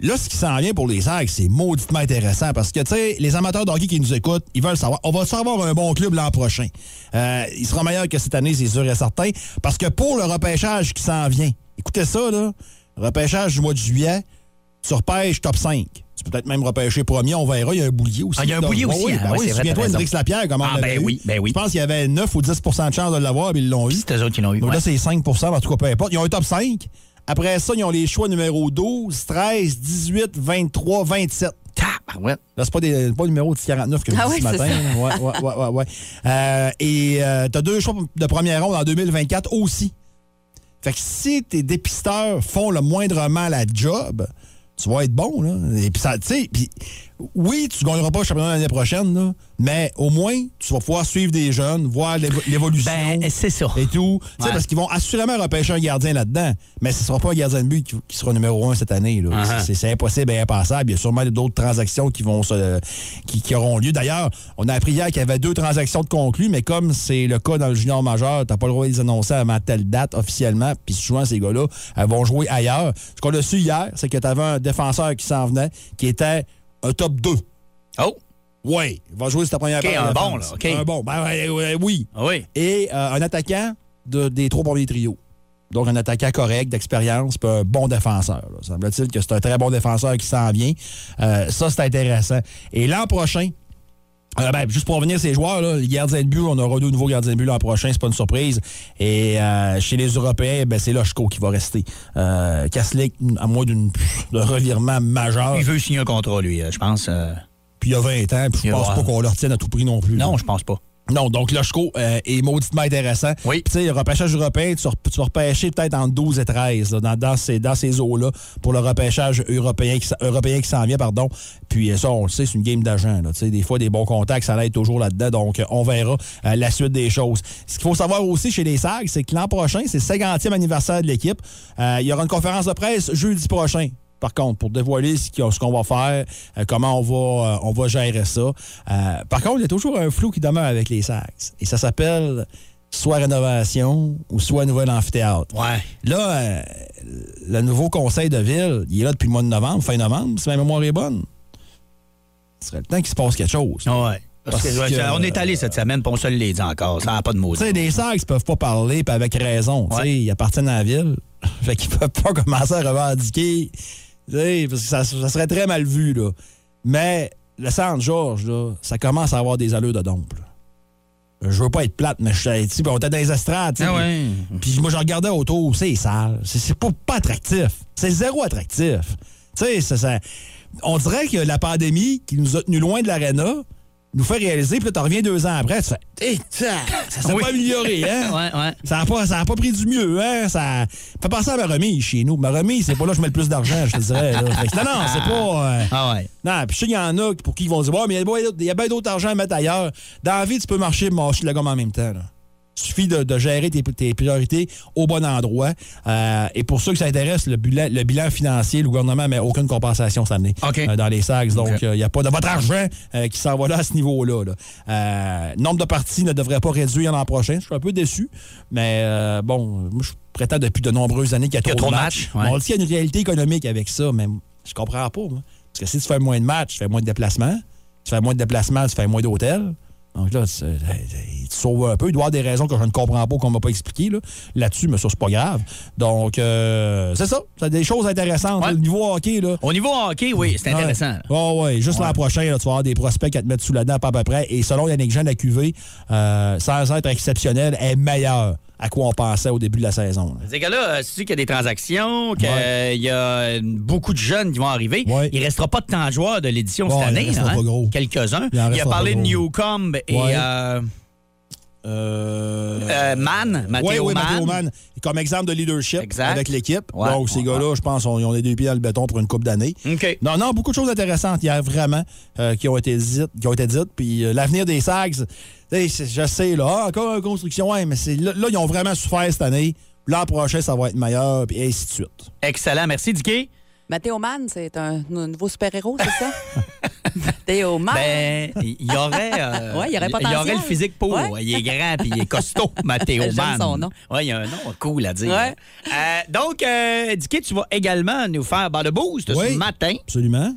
S5: Là, ce qui s'en vient pour les Sags, c'est mauditement intéressant parce que, tu sais, les amateurs d'hockey qui nous écoutent, ils veulent savoir. On va savoir un bon club l'an prochain. Euh, il sera meilleur que cette année, c'est sûr et certain. Parce que pour le repêchage qui s'en vient, écoutez ça, là. Repêchage du mois de juillet, tu repêches top 5. Tu peux peut-être même repêcher premier, on verra. Il y a un boulier aussi.
S3: Ah, il y a un
S5: Donc,
S3: boulier
S5: ouais,
S3: aussi, hein?
S5: ben
S3: Ouais,
S5: oui,
S3: c'est vrai,
S5: souviens-toi,
S3: t'as raison.
S5: Hendrix Lapierre, comment
S3: Ah,
S5: on
S3: ben
S5: l'avait eu.
S3: oui, ben oui.
S5: Je pense qu'il y avait 9 ou 10 de chance de l'avoir, puis ils l'ont eu.
S3: Puis c'est eux autres qui l'ont eu.
S5: Donc
S3: ouais.
S5: là, c'est 5 par tout cas, peu importe. Ils ont un top 5. Après ça, ils ont les choix numéro 12, 13, 18, 23, 27.
S3: Tabarouette.
S5: Là, c'est pas, des, pas le numéro de 49 que je
S4: Ah
S5: dis
S4: ouais,
S5: ce matin.
S4: c'est ça.
S5: là. Ouais, ouais, ouais, ouais, ouais. Euh, et euh, t'as deux choix de première ronde en 2024 aussi. Fait que si tes dépisteurs font le moindrement la job, tu vas être bon, là. Et puis ça, tu sais, puis oui, tu gagneras pas le championnat l'année prochaine, là, mais au moins, tu vas pouvoir suivre des jeunes, voir l'évo- l'évolution
S3: Ben, c'est ça.
S5: et tout. Tu sais,
S3: Ouais.
S5: Parce qu'ils vont assurément repêcher un gardien là-dedans, mais ce ne sera pas un gardien de but qui, qui sera numéro un cette année. là.
S3: Uh-huh.
S5: C'est- C'est impossible et impassable. Il y a sûrement d'autres transactions qui vont se- qui, qui auront lieu. D'ailleurs, on a appris hier qu'il y avait deux transactions de conclues, mais comme c'est le cas dans le junior majeur, tu n'as pas le droit de les annoncer avant telle date officiellement. Puis souvent, ces gars-là elles vont jouer ailleurs. Ce qu'on a su hier, c'est que tu avais un défenseur qui s'en venait, qui était un top 2.
S3: Oh,
S5: Oui, il va jouer cette première
S3: OK,
S5: paire de
S3: un bon,
S5: défense.
S3: là, OK.
S5: Un bon. Ben, ouais, ouais, oui
S3: ah oui.
S5: et euh, un attaquant de- des trois premiers trios. Donc, un attaquant correct, d'expérience, puis un bon défenseur. là. Semble-t-il que c'est un très bon défenseur qui s'en vient. Euh, ça, c'est intéressant. Et l'an prochain, euh, ben, juste pour revenir à ces joueurs, là, les gardiens de but, on aura deux nouveaux gardiens de but l'an prochain, c'est pas une surprise. Et euh, chez les Européens, ben, c'est Lochko qui va rester. Euh, Kaslik, à moins d'une- <laughs> d'un revirement majeur,
S3: Il veut signer un contrat, lui, euh, je pense. euh.
S5: puis il y a 20 ans, puis je
S3: Il
S5: pense
S3: va.
S5: pas qu'on le retienne à tout prix non plus. là.
S3: Non, je pense pas.
S5: Non, donc Lochko euh, est mauditement intéressant.
S3: Oui.
S5: Puis, Tu sais, le repêchage européen, tu, vas- tu vas repêcher peut-être entre 12 et 13 là, dans, dans ces, dans ces eaux-là pour le repêchage européen qui, s'en- européen qui s'en vient. pardon. Puis euh, ça, on le sait, c'est une game d'agent. là. Tu sais, Des fois, des bons contacts, ça l'aide toujours là-dedans. Donc, euh, on verra euh, la suite des choses. Ce qu'il faut savoir aussi chez les SAG, c'est que l'an prochain, c'est le 50e anniversaire de l'équipe. Euh, Il y aura une conférence de presse jeudi prochain par contre, pour dévoiler ce qui- ce qu'on va faire, euh, comment on va, euh, on va gérer ça. Euh, par contre, il y a toujours un flou qui demeure avec les sacs. Et ça s'appelle soit rénovation ou soit nouvel amphithéâtre.
S3: Ouais.
S5: Là, euh, le nouveau conseil de ville, il est là depuis le mois de novembre, fin novembre, si ma mémoire est bonne. Ce serait le temps qu'il se passe quelque chose.
S3: Ouais. Parce que,
S5: Ah Parce que,
S3: on est allé cette semaine, puis on se les dit encore. Ça n'a pas de mots.
S5: Tu sais, des sacs, ils peuvent pas parler, puis avec raison. Tu sais, Ils appartiennent à la ville. <laughs> Fait qu'ils peuvent pas commencer à revendiquer. Tu sais, Parce que ça, ça serait très mal vu, là. Mais le Saint-Georges, là, ça commence à avoir des allures de dompe. là. Je veux pas être plate, mais je suis ici, puis on était dans les estrades. tu sais.
S3: Ah ouais.
S5: Mhm. Puis moi, je regardais autour, c'est sale. C'est- C'est pas, pas attractif. C'est zéro attractif. Tu sais, ça, ça- on dirait que la pandémie qui nous a tenus loin de l'aréna nous fait réaliser, puis là, t'en reviens deux ans après, tu fais Eh, ça ça s'est
S3: Oui.
S5: pas amélioré, hein?
S3: <laughs> Ouais, ouais.
S5: Ça n'a pas, ça a pas pris du mieux, hein? Ça fait penser à ma remise chez nous. Ma remise, c'est pas là que je mets le plus d'argent, je te dirais. là. Fait que non, non, c'est pas. euh,
S3: Ah ouais.
S5: non, puis je sais qu'il y en a pour qui ils vont dire Ouais, mais il y a bien d'autres- il y a bien d'autres argent à mettre ailleurs. Dans la vie, tu peux marcher et marcher de la gomme en même temps. Là. Il suffit de, de gérer tes, tes priorités au bon endroit. Euh, et pour ceux que ça intéresse, le bilan, le bilan financier, le gouvernement met aucune compensation cette année
S3: OK.
S5: euh, dans les sacs. Donc, euh,
S3: OK.
S5: il n'y a pas de votre argent euh, qui s'en va là à ce niveau-là. là. Euh, nombre de parties ne devrait pas réduire l'an prochain. Je suis un peu déçu. Mais euh, bon, moi, je prétends depuis de nombreuses années qu'il y a
S3: Il y a
S5: trop,
S3: trop de
S5: de
S3: matchs,
S5: matchs.
S3: ouais.
S5: Mais on le dit qu'il y a une réalité économique avec ça, mais je comprends pas. moi. Parce que si tu fais moins de matchs, tu fais moins de déplacements. Tu fais moins de déplacements, tu fais moins d'hôtels. Donc là, tu, euh, tu te sauves un peu. Il doit y avoir des raisons que je ne comprends pas, qu'on m'a pas expliquées là. là-dessus, mais ça, c'est pas grave. Donc, euh, c'est ça. C'est des choses intéressantes.
S3: Ouais.
S5: Le niveau hockey, là,
S3: Au niveau hockey, oui, c'est intéressant.
S5: Ouais, Ouais, ouais. Juste l'an prochain, là, tu vas avoir des prospects à te mettre sous la dent pas à peu près. Et selon Yannick Jean, la QV, euh, sans être exceptionnelle, est meilleure à quoi on pensait au début de la saison. là.
S3: C'est que là, euh, c'est sûr qu'il y a des transactions, qu'il
S5: Ouais.
S3: y a euh, beaucoup de jeunes qui vont arriver.
S5: Ouais.
S3: Il restera pas de temps de joueurs de l'édition
S5: Bon,
S3: cette
S5: il en
S3: année.
S5: restera
S3: hein?
S5: pas gros.
S3: Quelques-uns. Il,
S5: Il en
S3: a
S5: restera
S3: parlé de
S5: pas gros.
S3: Newcomb et
S5: Ouais.
S3: euh,
S5: Euh,
S3: euh, Mann, Matteo
S5: oui, oui, Matteo
S3: Mann.
S5: Mann, comme exemple de leadership
S3: Exact.
S5: avec l'équipe.
S3: Ouais,
S5: Donc, ces
S3: ouais,
S5: gars-là, je pense, on- ils ont les deux pieds dans le béton pour une coupe d'années.
S3: OK.
S5: Non, non, beaucoup de choses intéressantes hier, vraiment, euh, qui ont été dites. Qui ont été dites. Puis euh, l'avenir des Sags, tu sais, c'est- je sais, là, ah, encore une construction, ouais, mais c'est, là, là, ils ont vraiment souffert cette année. L'an prochain, ça va être meilleur, puis ainsi de suite.
S3: Excellent. Merci, Dicky.
S4: <laughs> Mathéo Mann, c'est un nou- nouveau super-héros, c'est
S3: <laughs>
S4: ça? Mathéo Mann.
S3: Ben, il il y aurait. euh,
S4: Ah. <laughs> Ouais, il y aurait
S3: Il y
S4: potentiel.
S3: aurait le physique pour.
S4: Ouais.
S3: Il est grand puis il est
S4: <laughs>
S3: costaud, Matteo
S4: J'aime
S3: Mann.
S4: son nom.
S3: Ouais, il y a un nom cool à dire.
S4: Ouais.
S3: Euh, donc, euh, Dicky, tu vas également nous faire ben, le boost
S5: Oui.
S3: ce matin.
S5: Absolument.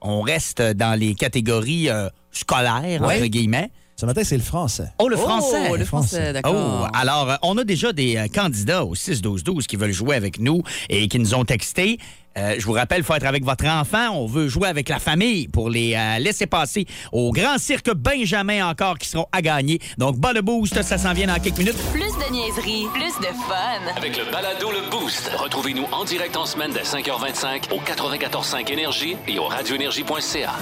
S3: On reste dans les catégories euh, scolaires,
S4: Oui.
S3: entre guillemets.
S5: Ce matin, c'est le français.
S3: Oh, le
S4: Oh,
S3: français!
S4: Le français,
S5: Français.
S4: d'accord.
S3: Oh, alors, euh, on a déjà des euh, candidats au 6-12-12 qui veulent jouer avec nous et qui nous ont texté. Euh, je vous rappelle, il faut être avec votre enfant. On veut jouer avec la famille pour les euh, laisser passer au Grand Cirque Benjamin encore qui seront à gagner. Donc, bas le boost, ça s'en vient dans quelques minutes.
S2: Plus de niaiserie, plus de fun.
S1: Avec le balado Le Boost, retrouvez-nous en direct en semaine dès 5h25 au 94.5 Énergie et au radioénergie.ca.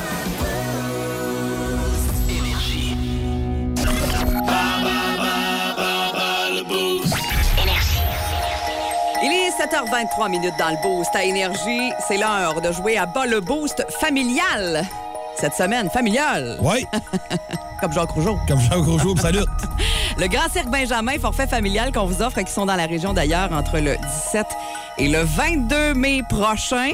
S1: Énergie.
S4: Il est 7h23 minutes dans le boost à Énergie. C'est l'heure de jouer à bas le boost familial. Cette semaine, familial,
S5: Oui,
S4: comme Jean Rougeau.
S5: comme Jean Grosjean,
S3: <laughs>
S5: puis salut.
S4: Le Grand Cirque Benjamin, forfait familial qu'on vous offre, qui sont dans la région d'ailleurs entre le 17 et le 22 mai prochain.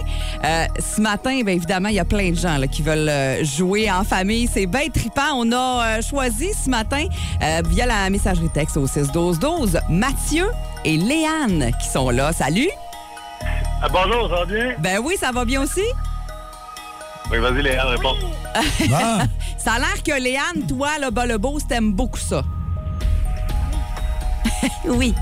S4: Euh, ce matin, bien évidemment, il y a plein de gens là, qui veulent euh, jouer en famille. C'est bien trippant. On a euh, choisi ce matin, euh, via la messagerie texte au 6-12-12, Mathieu et Léane qui sont là. Salut!
S8: Ah, bonjour, ça va bien?
S4: Ben oui, ça va bien aussi?
S8: Oui, vas-y, Léa, réponds.
S5: Ah,
S4: Ça a l'air que Léane, toi, le bas le beau, t'aimes beaucoup ça. oui.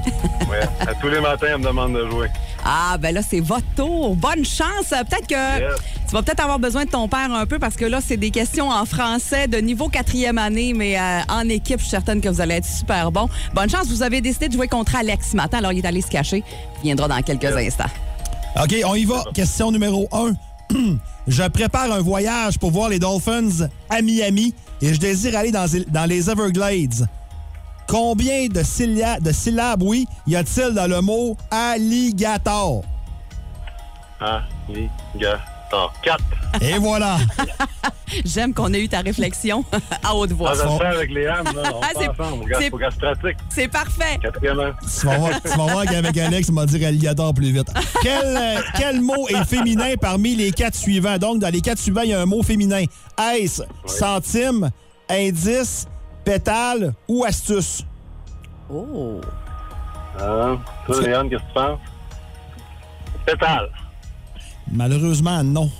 S8: Ouais. À tous les matins, elle me demande de jouer.
S4: Ah, ben là, c'est votre tour. Bonne chance. Euh, Peut-être que
S8: Yes.
S4: tu vas peut-être avoir besoin de ton père un peu parce que là, c'est des questions en français de niveau quatrième année, mais euh, en équipe, je suis certaine que vous allez être super bon. Bonne chance. Vous avez décidé de jouer contre Alex ce matin, alors il est allé se cacher. Il viendra dans quelques instants.
S5: OK, on y va. Question numéro 1. <clears throat> je prépare un voyage pour voir les Dolphins à Miami et je désire aller dans, dans les Everglades. Combien de, sylla- de syllabes, oui, y a-t-il dans le mot alligator?
S8: Ah, oui, gars. Attends, 4.
S5: Et voilà.
S4: J'aime qu'on ait eu ta réflexion <laughs> à haute voix.
S8: Ah, je le
S5: Bon.
S8: fais avec Léa, mais non, on
S4: Ah,
S8: fait
S4: c'est-
S8: ensemble.
S4: c'est-
S8: Regarde, faut qu'elle se pratique.
S4: C'est parfait.
S8: Quatrièmement,
S5: tu vas voir, tu vas voir qu'avec Alex, il m'a dit alligator plus vite. Quel, euh, quel mot est féminin parmi les quatre suivants? Donc, dans les quatre suivants, il y a un mot féminin. Ace, centime, indice, pétale ou astuce?
S4: Oh!
S8: Hein? Toi, Léon, qu'est-ce que tu penses? Pétale.
S5: Malheureusement, non.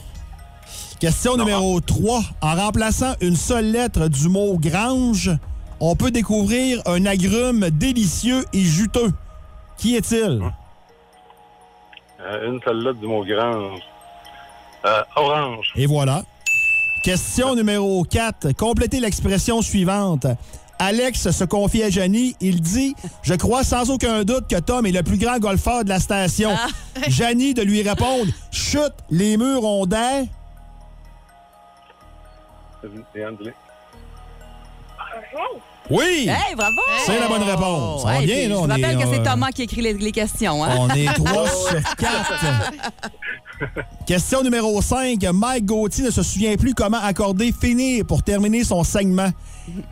S5: Question
S8: Non.
S5: numéro 3. En remplaçant une seule lettre du mot grange, on peut découvrir un agrume délicieux et juteux. Qui est-il?
S8: Hein? Euh, une seule lettre du mot grange. Euh, orange.
S5: Et voilà. Question numéro 4. Complétez l'expression suivante. Alex se confie à Janie. Il dit Je crois sans aucun doute que Tom est le plus grand golfeur de la station.
S4: Ah.
S5: <laughs> Janie de lui répondre Chut, les murs ont d'air.
S8: Léon, dis-le.
S5: Oui
S4: Hey, bravo!
S5: C'est la bonne réponse. Ça va bien,
S4: puis
S5: là,
S4: Je
S5: on
S4: vous rappelle
S5: est- euh,
S4: que c'est
S5: on-
S4: Thomas qui écrit les, les questions. Hein?
S5: On est 3 sur 4. Question numéro 5. Mike Gauthier ne se souvient plus comment accorder finir pour terminer son segment.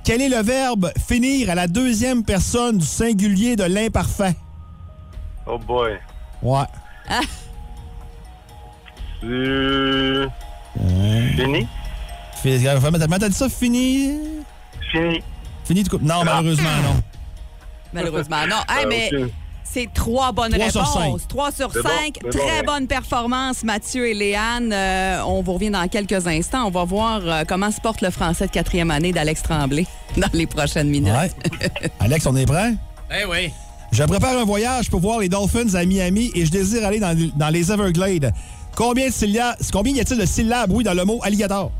S5: Quel est le verbe finir à la deuxième personne du singulier de l'imparfait?
S8: Oh boy.
S5: Ouais.
S8: Tu... Fini?
S5: Fais- Comment t'as dit ça? Finir?
S8: Fini.
S5: Fini de coupe. Non, malheureusement, non.
S4: Malheureusement. Non, Hey,
S8: Euh,
S4: mais
S8: ok.
S4: c'est trois bonnes
S5: Trois sur
S4: réponses.
S5: cinq.
S4: 3 sur
S8: C'est bon,
S4: 5.
S8: c'est bon,
S4: Très
S8: ouais.
S4: bonne performance, Mathieu et Léane. Euh, on vous revient dans quelques instants. On va voir euh, comment se porte le français de quatrième année d'Alex Tremblay <laughs> dans les prochaines minutes.
S5: Ouais. Alex, on est prêt?
S3: Eh oui.
S5: Je prépare un voyage pour voir les Dolphins à Miami et je désire aller dans, dans les Everglades. Combien, de sylla- combien y a-t-il de syllabes, oui, dans le mot alligator?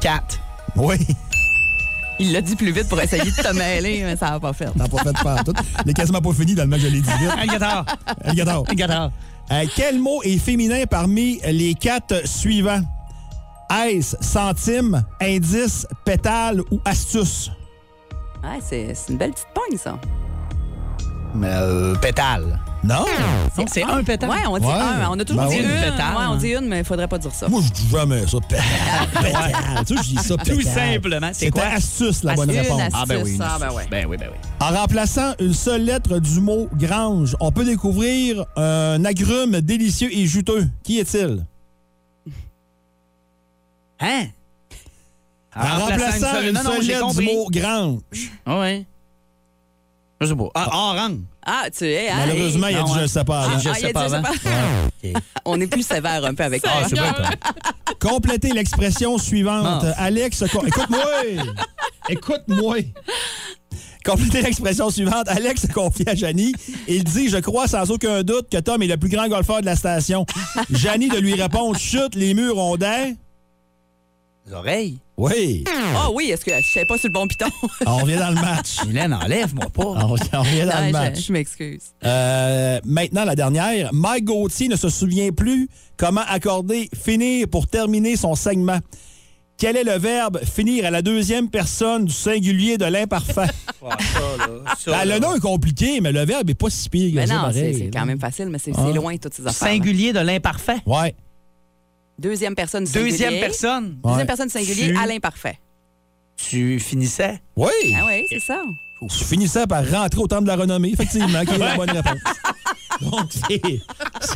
S3: 4.
S5: Oui.
S4: Il l'a dit plus vite pour essayer de te mêler, mais ça va pas faire.
S5: T'as pas fait de faire tout. Il est quasiment pas fini dans le match, je l'ai dit vite.
S3: Alligator.
S5: Alligator.
S3: Alligator.
S5: Euh, quel mot est féminin parmi les quatre suivants? Aise, centime, indice, pétale ou astuce?
S4: Ouais, c'est c'est une belle petite pogne, ça.
S3: Euh, pétale.
S5: Non?
S3: Donc, c'est un pétale.
S4: Ouais, on dit
S5: Ouais.
S4: un. On a toujours
S5: Ben
S4: dit
S5: oui.
S4: une.
S3: Pétale,
S4: Ouais, on
S3: hein.
S4: dit une, mais il faudrait pas dire ça.
S5: Moi, je dis jamais ça, pétale. pétale. Tu sais, je dis ça, pétale.
S3: Tout simplement. C'est
S5: C'était
S3: quoi?
S5: astuce, la bonne
S4: Astuce,
S5: réponse.
S4: astuce,
S3: ben oui, une
S4: Ah, ben ouais.
S3: Ben oui, ben oui.
S5: En remplaçant une seule lettre du mot grange, on peut découvrir un agrume délicieux et juteux. Qui est-il?
S3: Hein?
S5: En remplaçant une
S3: non, non,
S5: seule
S3: j'ai
S5: lettre du
S3: compris.
S5: mot grange.
S3: Ah ouais. Je sais pas. Ah, orange.
S4: Ah, tu es. hein?
S5: Malheureusement, il y a
S3: Non,
S5: du je
S3: ouais.
S5: ne sais pas. avant.
S3: je
S4: ah, il y
S3: sais
S4: a
S3: pas
S4: du je
S3: avant.
S4: sais <laughs>
S3: ah.
S4: On est plus sévère un peu avec
S5: Ah,
S4: toi.
S3: <laughs>
S5: c'est bon, toi. Complétez l'expression suivante.
S3: Mince.
S5: Alex.
S3: <laughs>
S5: co- Écoute-moi! Écoute-moi! Complétez l'expression suivante. Alex se confie à Janie. Il dit Je crois sans aucun doute que Tom est le plus grand golfeur de la station. Janie de lui répondre Chut, les murs ont d'air.
S3: Les oreilles.
S5: Oui.
S4: Ah oui, est-ce que je suis pas sur le bon piton?
S3: Ah,
S5: On revient dans le match.
S3: Mylène, enlève-moi pas.
S5: On, on revient
S4: <laughs>
S5: dans
S4: Ouais,
S5: le
S4: je-
S5: match.
S4: je m'excuse.
S5: Euh, maintenant, la dernière. Mike Gauthier ne se souvient plus comment accorder finir pour terminer son segment. Quel est le verbe finir à la deuxième personne du singulier de l'imparfait? Ben, le nom est compliqué, mais le verbe est pas si pire que
S4: Mais
S5: ça,
S4: Ben non, c'est
S5: pareil,
S4: c'est
S5: là.
S4: quand même facile, mais c'est
S5: Ah.
S4: c'est loin, toutes ces affaires.
S3: Singulier de l'imparfait.
S5: Ouais.
S4: Deuxième personne du singulier.
S3: Deuxième personne.
S5: Ouais.
S4: Deuxième personne du singulier
S3: Tu-
S4: à l'imparfait.
S3: Tu finissais.
S5: Oui!
S4: Ah oui, c'est ça.
S5: Je finissais par rentrer au temple de la renommée, effectivement, qui est la
S4: <laughs>
S5: bonne réponse. Donc, c'est-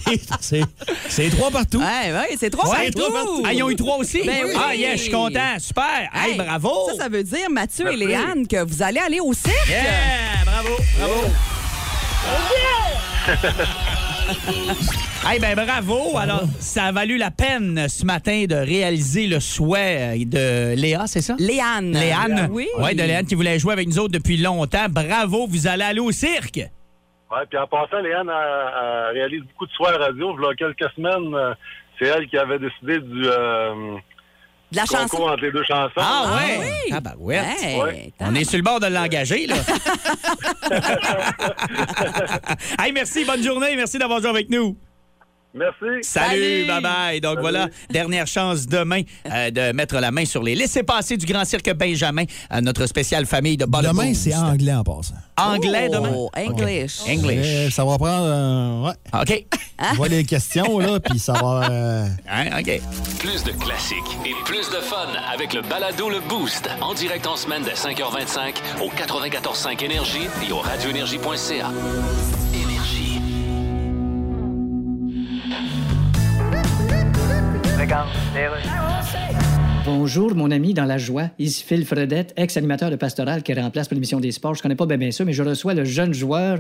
S5: c'est- c'est- c'est trois partout.
S4: Ouais, ouais, c'est trop
S3: Ouais, trois partout. Ah, ils ont eu trois aussi.
S4: Ben oui.
S3: Ah, yes, je suis content. Super. Hey, bravo.
S4: Ça, ça veut dire, Mathieu et Léane, que vous allez aller au cirque.
S3: Yeah, bravo, bravo. Oh, <laughs> Eh ben bravo! Alors, ça a valu la peine ce matin de réaliser le souhait de Léa, c'est ça?
S4: Léane. Ah
S3: Léane.
S4: Oui.
S3: Ouais, de Léane qui voulait jouer avec nous autres depuis longtemps. Bravo, vous allez aller au cirque!
S8: Ouais, puis en passant, Léane elle- elle réalise beaucoup de soirs radio. Il y a quelques semaines, euh, c'est elle qui avait décidé du euh,
S4: De la chanson.
S8: concours entre les deux chansons.
S3: Ah, ouais!
S4: oui.
S3: Tabarouette.
S4: Hey,
S8: Ouais.
S4: t'as-
S3: On est sur le bord de l'engager,
S5: <laughs>
S3: là. hey, merci, bonne journée. Merci d'avoir joué avec nous.
S8: Merci.
S3: Salut,
S4: Salut.
S3: bye-bye. Donc voilà, dernière chance demain euh, de mettre la main sur les laissés-passer du Grand Cirque Benjamin, à notre spéciale famille de
S9: Ah,
S3: Bonne
S5: Demain,
S3: Boost.
S5: c'est anglais en passant.
S3: Anglais demain?
S4: Oh, English.
S3: English.
S5: Euh, Ça va prendre. euh, ouais.
S3: OK.
S9: Hein?
S5: Je vois les questions, là, puis ça va. euh,
S3: Hein, OK.
S1: Plus de classiques et plus de fun avec le balado Le Boost. En direct en semaine dès 5h25 au 94.5 Énergie et au radioénergie.ca. Énergie.
S6: Bonjour, mon ami dans la joie, ici Phil Fredette, ex-animateur de Pastoral qui remplace pour l'émission des sports. Je connais pas bien, bien ça, mais je reçois le jeune joueur...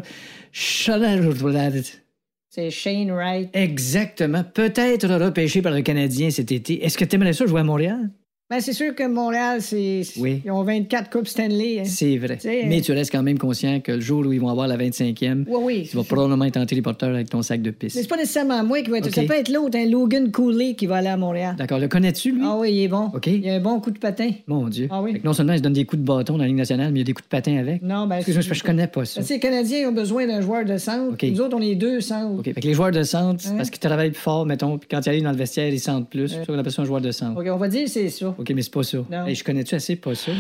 S10: C'est Shane Wright.
S6: Exactement. Peut-être repêché par le Canadien cet été. Est-ce que t'aimerais ça jouer à Montréal?
S10: Ben, c'est sûr que Montréal, c'est.
S6: Oui.
S10: Ils ont 24 Coupes Stanley. hein.
S6: C'est vrai.
S10: C'est-
S6: Mais tu restes quand même conscient que le jour où ils vont avoir la 25e,
S10: Oui, oui.
S6: tu vas probablement être en téléporteur avec ton sac de piste.
S10: Mais c'est pas nécessairement moi qui va être.
S6: Ok.
S10: Ça peut être l'autre, hein, Logan Cooley, qui va aller à Montréal.
S6: D'accord, le connais-tu, lui?
S10: Ah oui, il est bon.
S6: Ok.
S10: Il a un bon coup de patin.
S6: Mon Dieu.
S10: Ah oui.
S6: Fait que non seulement ils se donnent des coups de bâton dans la Ligue nationale, mais il y a des coups de patin avec.
S10: Non, ben.
S6: Excuse-moi, c'est parce que je connais pas ça.
S10: Ben, tu sais, les Canadiens ont besoin d'un joueur de centre.
S6: Ok.
S10: Nous autres, on est deux centres.
S6: OK. Fait que les joueurs de centre, c'est
S10: Hein? Euh.
S6: parce qu'ils travaillent plus fort, mettons, puis quand ils arrivent dans le vestiaire, ils sentent plus. C'est pour ça qu'on appelle ça un joueur de centre.
S10: OK, on va dire c'est ça.
S6: OK, mais c'est pas ça.
S10: Non.
S6: Hey, je connais-tu assez pas ça?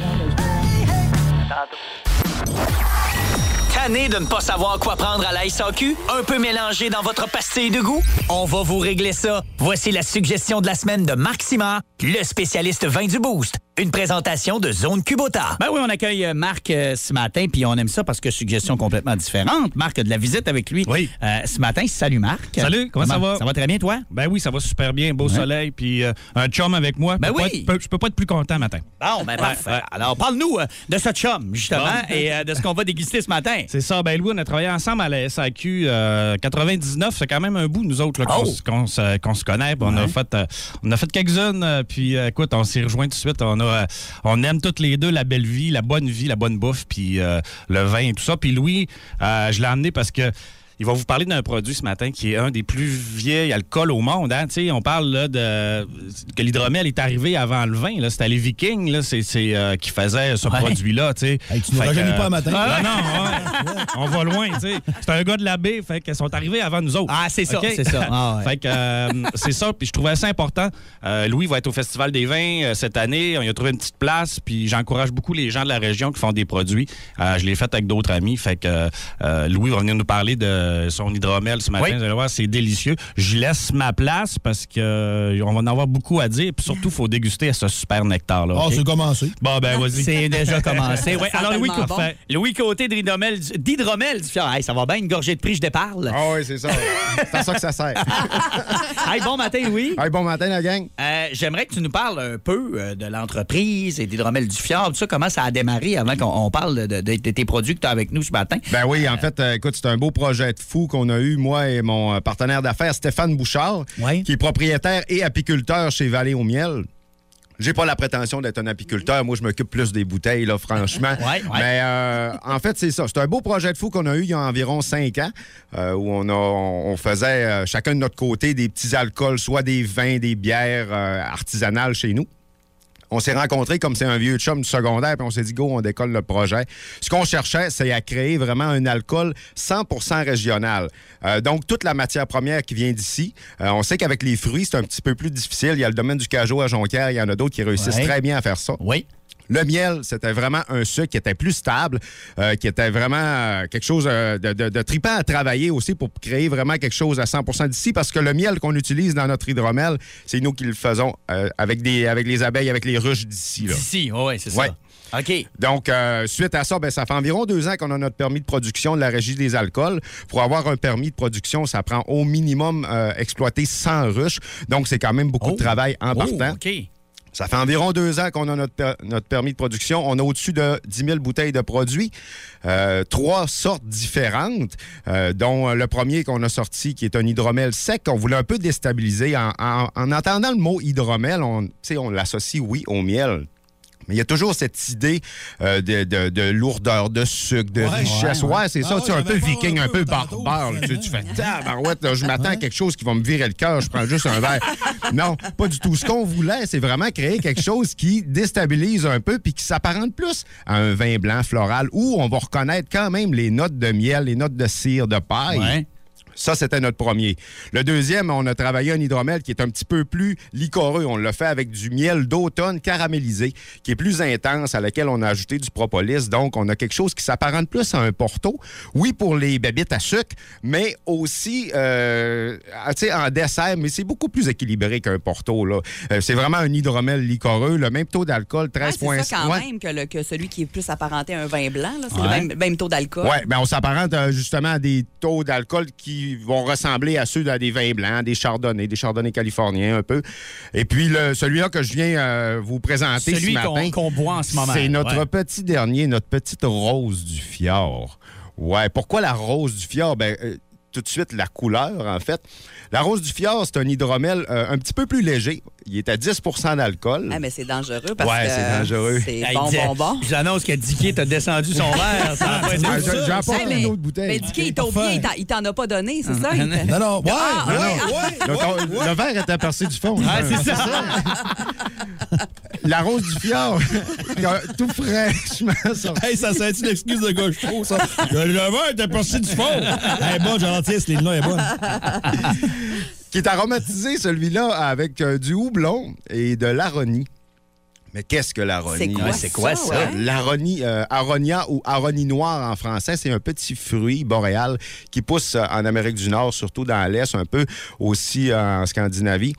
S11: Tanné de ne pas savoir quoi prendre à la SAQ? Un peu mélangé dans votre pastille de goût? On va vous régler ça. Voici la suggestion de la semaine de Marc Simard, le spécialiste vin du Boost. Une présentation de Zone Cubota.
S3: Ben oui, on accueille euh, Marc euh, ce matin, puis on aime ça parce que suggestion complètement différente. Marc a de la visite avec lui
S9: Oui.
S3: euh, ce matin. Salut Marc.
S9: Salut, comment ça va?
S3: Ça va très bien, toi?
S9: Ben oui, ça va super bien, beau soleil, puis euh, un chum avec moi.
S3: Ben
S9: Je peux
S3: oui.
S9: pas être- peux- je peux pas être plus content matin.
S3: Bon, ben parfait. Alors, parle-nous euh, de ce chum, justement,
S9: Bon.
S3: et euh, de ce qu'on va déguster ce matin.
S9: C'est ça, ben Louis, on a travaillé ensemble à la SAQ euh, 99, c'est quand même un bout, nous autres, là, qu'on
S3: Oh.
S9: se- qu'on se qu'on se connaît. puis On a fait, euh, on a fait quelques-unes, euh, puis euh, écoute, on s'est rejoints tout de suite. On, a, euh, on aime toutes les deux la belle vie, la bonne vie, la bonne bouffe, puis euh, le vin et tout ça. Puis Louis, euh, je l'ai amené parce que il va vous parler d'un produit ce matin qui est un des plus vieils alcools au monde. Hein? Tu sais, On parle là, de que l'hydromel est arrivé avant le vin. là. C'était les Vikings là, c'est- c'est, euh, qui faisaient ce produit-là. tu sais.
S5: Hey, tu nous
S9: Fait que,
S5: rajeunis pas
S9: euh,
S5: un matin.
S9: ah, non, ouais. on va loin, tu sais. C'est un gars de la baie, fait qu'ils sont arrivés avant nous autres.
S3: Ah, c'est ça,
S9: OK?
S3: c'est ça. Ah, ouais.
S9: <laughs> Fait que euh, c'est ça, puis je trouvais ça important. Euh, Louis va être au Festival des vins euh, cette année. On y a trouvé une petite place, puis j'encourage beaucoup les gens de la région qui font des produits. Euh, je l'ai fait avec d'autres amis, fait que euh, Louis va venir nous parler de son hydromel ce matin.
S3: Oui.
S9: Vous allez voir, c'est délicieux. Je laisse ma place parce que euh, on va en avoir beaucoup à dire, puis surtout, il faut déguster ce super nectar-là.
S5: Ah,
S9: OK?
S5: c'est commencé.
S9: Bon, ben, vas-y.
S3: C'est
S9: <laughs>
S3: déjà commencé.
S9: Ça
S3: Ouais.
S9: sent
S3: Alors, Louis,
S4: tellement
S3: Côté- Louis Côté d'hydromel du- d'hydromel du Fjord. Hey, ça va bien, une gorgée de prix, je déparle.
S12: Ah oui, c'est ça. c'est à ça que
S9: <laughs>
S12: ça sert.
S3: Hey, bon matin, Louis.
S12: Hey, bon matin, la gang.
S3: Euh, J'aimerais que tu nous parles un peu euh, de l'entreprise et d'Hydromel du Fjord, tout ça, comment ça a démarré avant qu'on on parle de, de- de tes produits que tu as avec nous ce matin.
S12: Ben oui, en fait, euh, écoute, c'est un beau projet de fou qu'on a eu, moi et mon euh, partenaire d'affaires, Stéphane Bouchard,
S3: Ouais.
S12: qui est propriétaire et apiculteur chez Vallée au Miel. J'ai pas la prétention d'être un apiculteur. Moi, je m'occupe plus des bouteilles, là, franchement.
S3: <laughs> Ouais, ouais.
S12: Mais euh, en fait, c'est ça. C'est un beau projet de fou qu'on a eu il y a environ cinq ans, euh, où on, a, on faisait euh, chacun de notre côté des petits alcools, soit des vins, des bières euh, artisanales chez nous. On s'est rencontrés comme c'est un vieux chum du secondaire, puis on s'est dit, go, on décolle le projet. Ce qu'on cherchait, c'est à créer vraiment un alcool 100 régional. Euh, donc, toute la matière première qui vient d'ici. Euh, on sait qu'avec les fruits, c'est un petit peu plus difficile. Il y a le domaine du cajot à Jonquière, il y en a d'autres qui réussissent
S3: Ouais.
S12: très bien à faire ça.
S3: Oui.
S12: Le miel, c'était vraiment un sucre qui était plus stable, euh, qui était vraiment euh, quelque chose euh, de, de, de tripant à travailler aussi pour créer vraiment quelque chose à 100 d'ici, parce que le miel qu'on utilise dans notre hydromel, c'est nous qui le faisons euh, avec, des, avec les abeilles, avec les ruches d'ici. là.
S3: D'ici, oui, c'est
S12: Ouais.
S3: ça. OK.
S12: Donc, euh, suite à ça, ben, ça fait environ deux ans qu'on a notre permis de production de la Régie des alcools. Pour avoir un permis de production, ça prend au minimum euh, exploiter 100 ruches. Donc, c'est quand même beaucoup
S3: Oh.
S12: de travail en partant.
S3: Oh, OK.
S12: Ça fait environ deux ans qu'on a notre, per- notre permis de production. On a au-dessus de 10 000 bouteilles de produits, euh, trois sortes différentes, euh, dont euh, le premier qu'on a sorti, qui est un hydromel sec, qu'on voulait un peu déstabiliser. En, en- en entendant le mot hydromel, on, tu sais, on l'associe, oui, au miel. Mais il y a toujours cette idée euh, de, de- de lourdeur, de sucre, de
S5: Ouais,
S12: richesse.
S5: ouais,
S12: Ouais,
S5: ouais.
S12: c'est
S5: Ah
S12: ça.
S5: ouais,
S12: tu es un
S5: j'avais
S12: peu
S5: peur un
S12: viking, un
S5: peu
S12: peu
S5: tantôt,
S12: barbare. là, tu sais, tu fais
S5: finalement.
S12: tabarouette, là, je m'attends à quelque chose qui va me virer le cœur, je prends juste un verre. Non, pas du tout. Ce qu'on voulait, c'est vraiment créer quelque chose qui déstabilise un peu puis qui s'apparente plus à un vin blanc floral où on va reconnaître quand même les notes de miel, les notes de cire, de paille.
S3: Ouais.
S12: Ça, c'était notre premier. Le deuxième, on a travaillé un hydromel qui est un petit peu plus licoreux. On l'a fait avec du miel d'automne caramélisé, qui est plus intense, à laquelle on a ajouté du propolis. Donc, on a quelque chose qui s'apparente plus à un porto. Oui, pour les babites à sucre, mais aussi, euh, ah, tu sais, en dessert, mais c'est beaucoup plus équilibré qu'un porto. Là. Euh, c'est vraiment un hydromel licoreux, le même taux d'alcool,
S4: Ouais,
S12: 13,5.
S4: Ah, c'est ça quand
S12: Ouais.
S4: même que, le- que celui qui est plus apparenté à un vin blanc. là. C'est
S3: Ouais.
S4: le même, même taux d'alcool.
S12: Oui, ben on s'apparente euh, justement à des taux d'alcool qui qui vont ressembler à ceux dans des vins blancs, des chardonnays, des chardonnays californiens un peu. Et puis le- celui-là que je viens euh, vous présenter
S9: Celui
S12: ce
S9: qu'on-
S12: matin,
S9: qu'on boit en ce moment,
S12: c'est notre
S9: ouais.
S12: petit dernier, notre petite rose du fjord. Ouais, pourquoi la rose du fjord? Ben, euh, tout de suite, la couleur, en fait. La rose du fjord, c'est un hydromel euh, un petit peu plus léger. Il est à 10 d'alcool.
S4: Ah, mais c'est dangereux parce
S12: Ouais,
S4: que
S12: c'est dangereux.
S4: c'est
S3: Ben,
S12: Hey,
S4: bon,
S12: dis-
S3: <laughs>
S4: bon, bon.
S3: J'annonce que Dicky t'a descendu son verre. Ça
S5: <laughs>
S3: va pas être
S12: Ah,
S3: tout
S12: je-
S3: ça.
S12: j'ai apporté
S4: Hey, mais-
S12: une autre bouteille.
S4: Mais Dicky, il t'a
S12: Parfait.
S4: oublié, il t'a- il t'en a pas donné, c'est ça?
S3: <laughs>
S4: Il t'a-
S12: Non, non, ouais,
S4: Ah,
S12: non,
S4: ouais,
S12: non,
S4: ah.
S5: <laughs>
S12: Le, ton- le verre est aperçu du fond.
S4: Ouais, Ah, c'est ça.
S12: La rose du fjord, <laughs> tout fraîchement sorti.
S5: Hey, ça sent-tu l'excuse de gauche chaud, ça? Le le verre est aperçu du
S3: <laughs>
S5: fond. Elle est bonne, Jean-Baptiste, l'île-là est bonne.
S12: qui est aromatisé, celui-là, avec euh, du houblon et de l'aronie. Mais qu'est-ce que l'aronie?
S9: C'est quoi Ouais, c'est quoi ça, ça?
S4: hein?
S9: ouais?
S12: L'aronie, euh, aronia ou aronie noire en français, c'est un petit fruit boréal qui pousse euh, en Amérique du Nord, surtout dans l'Est, un peu aussi en Scandinavie.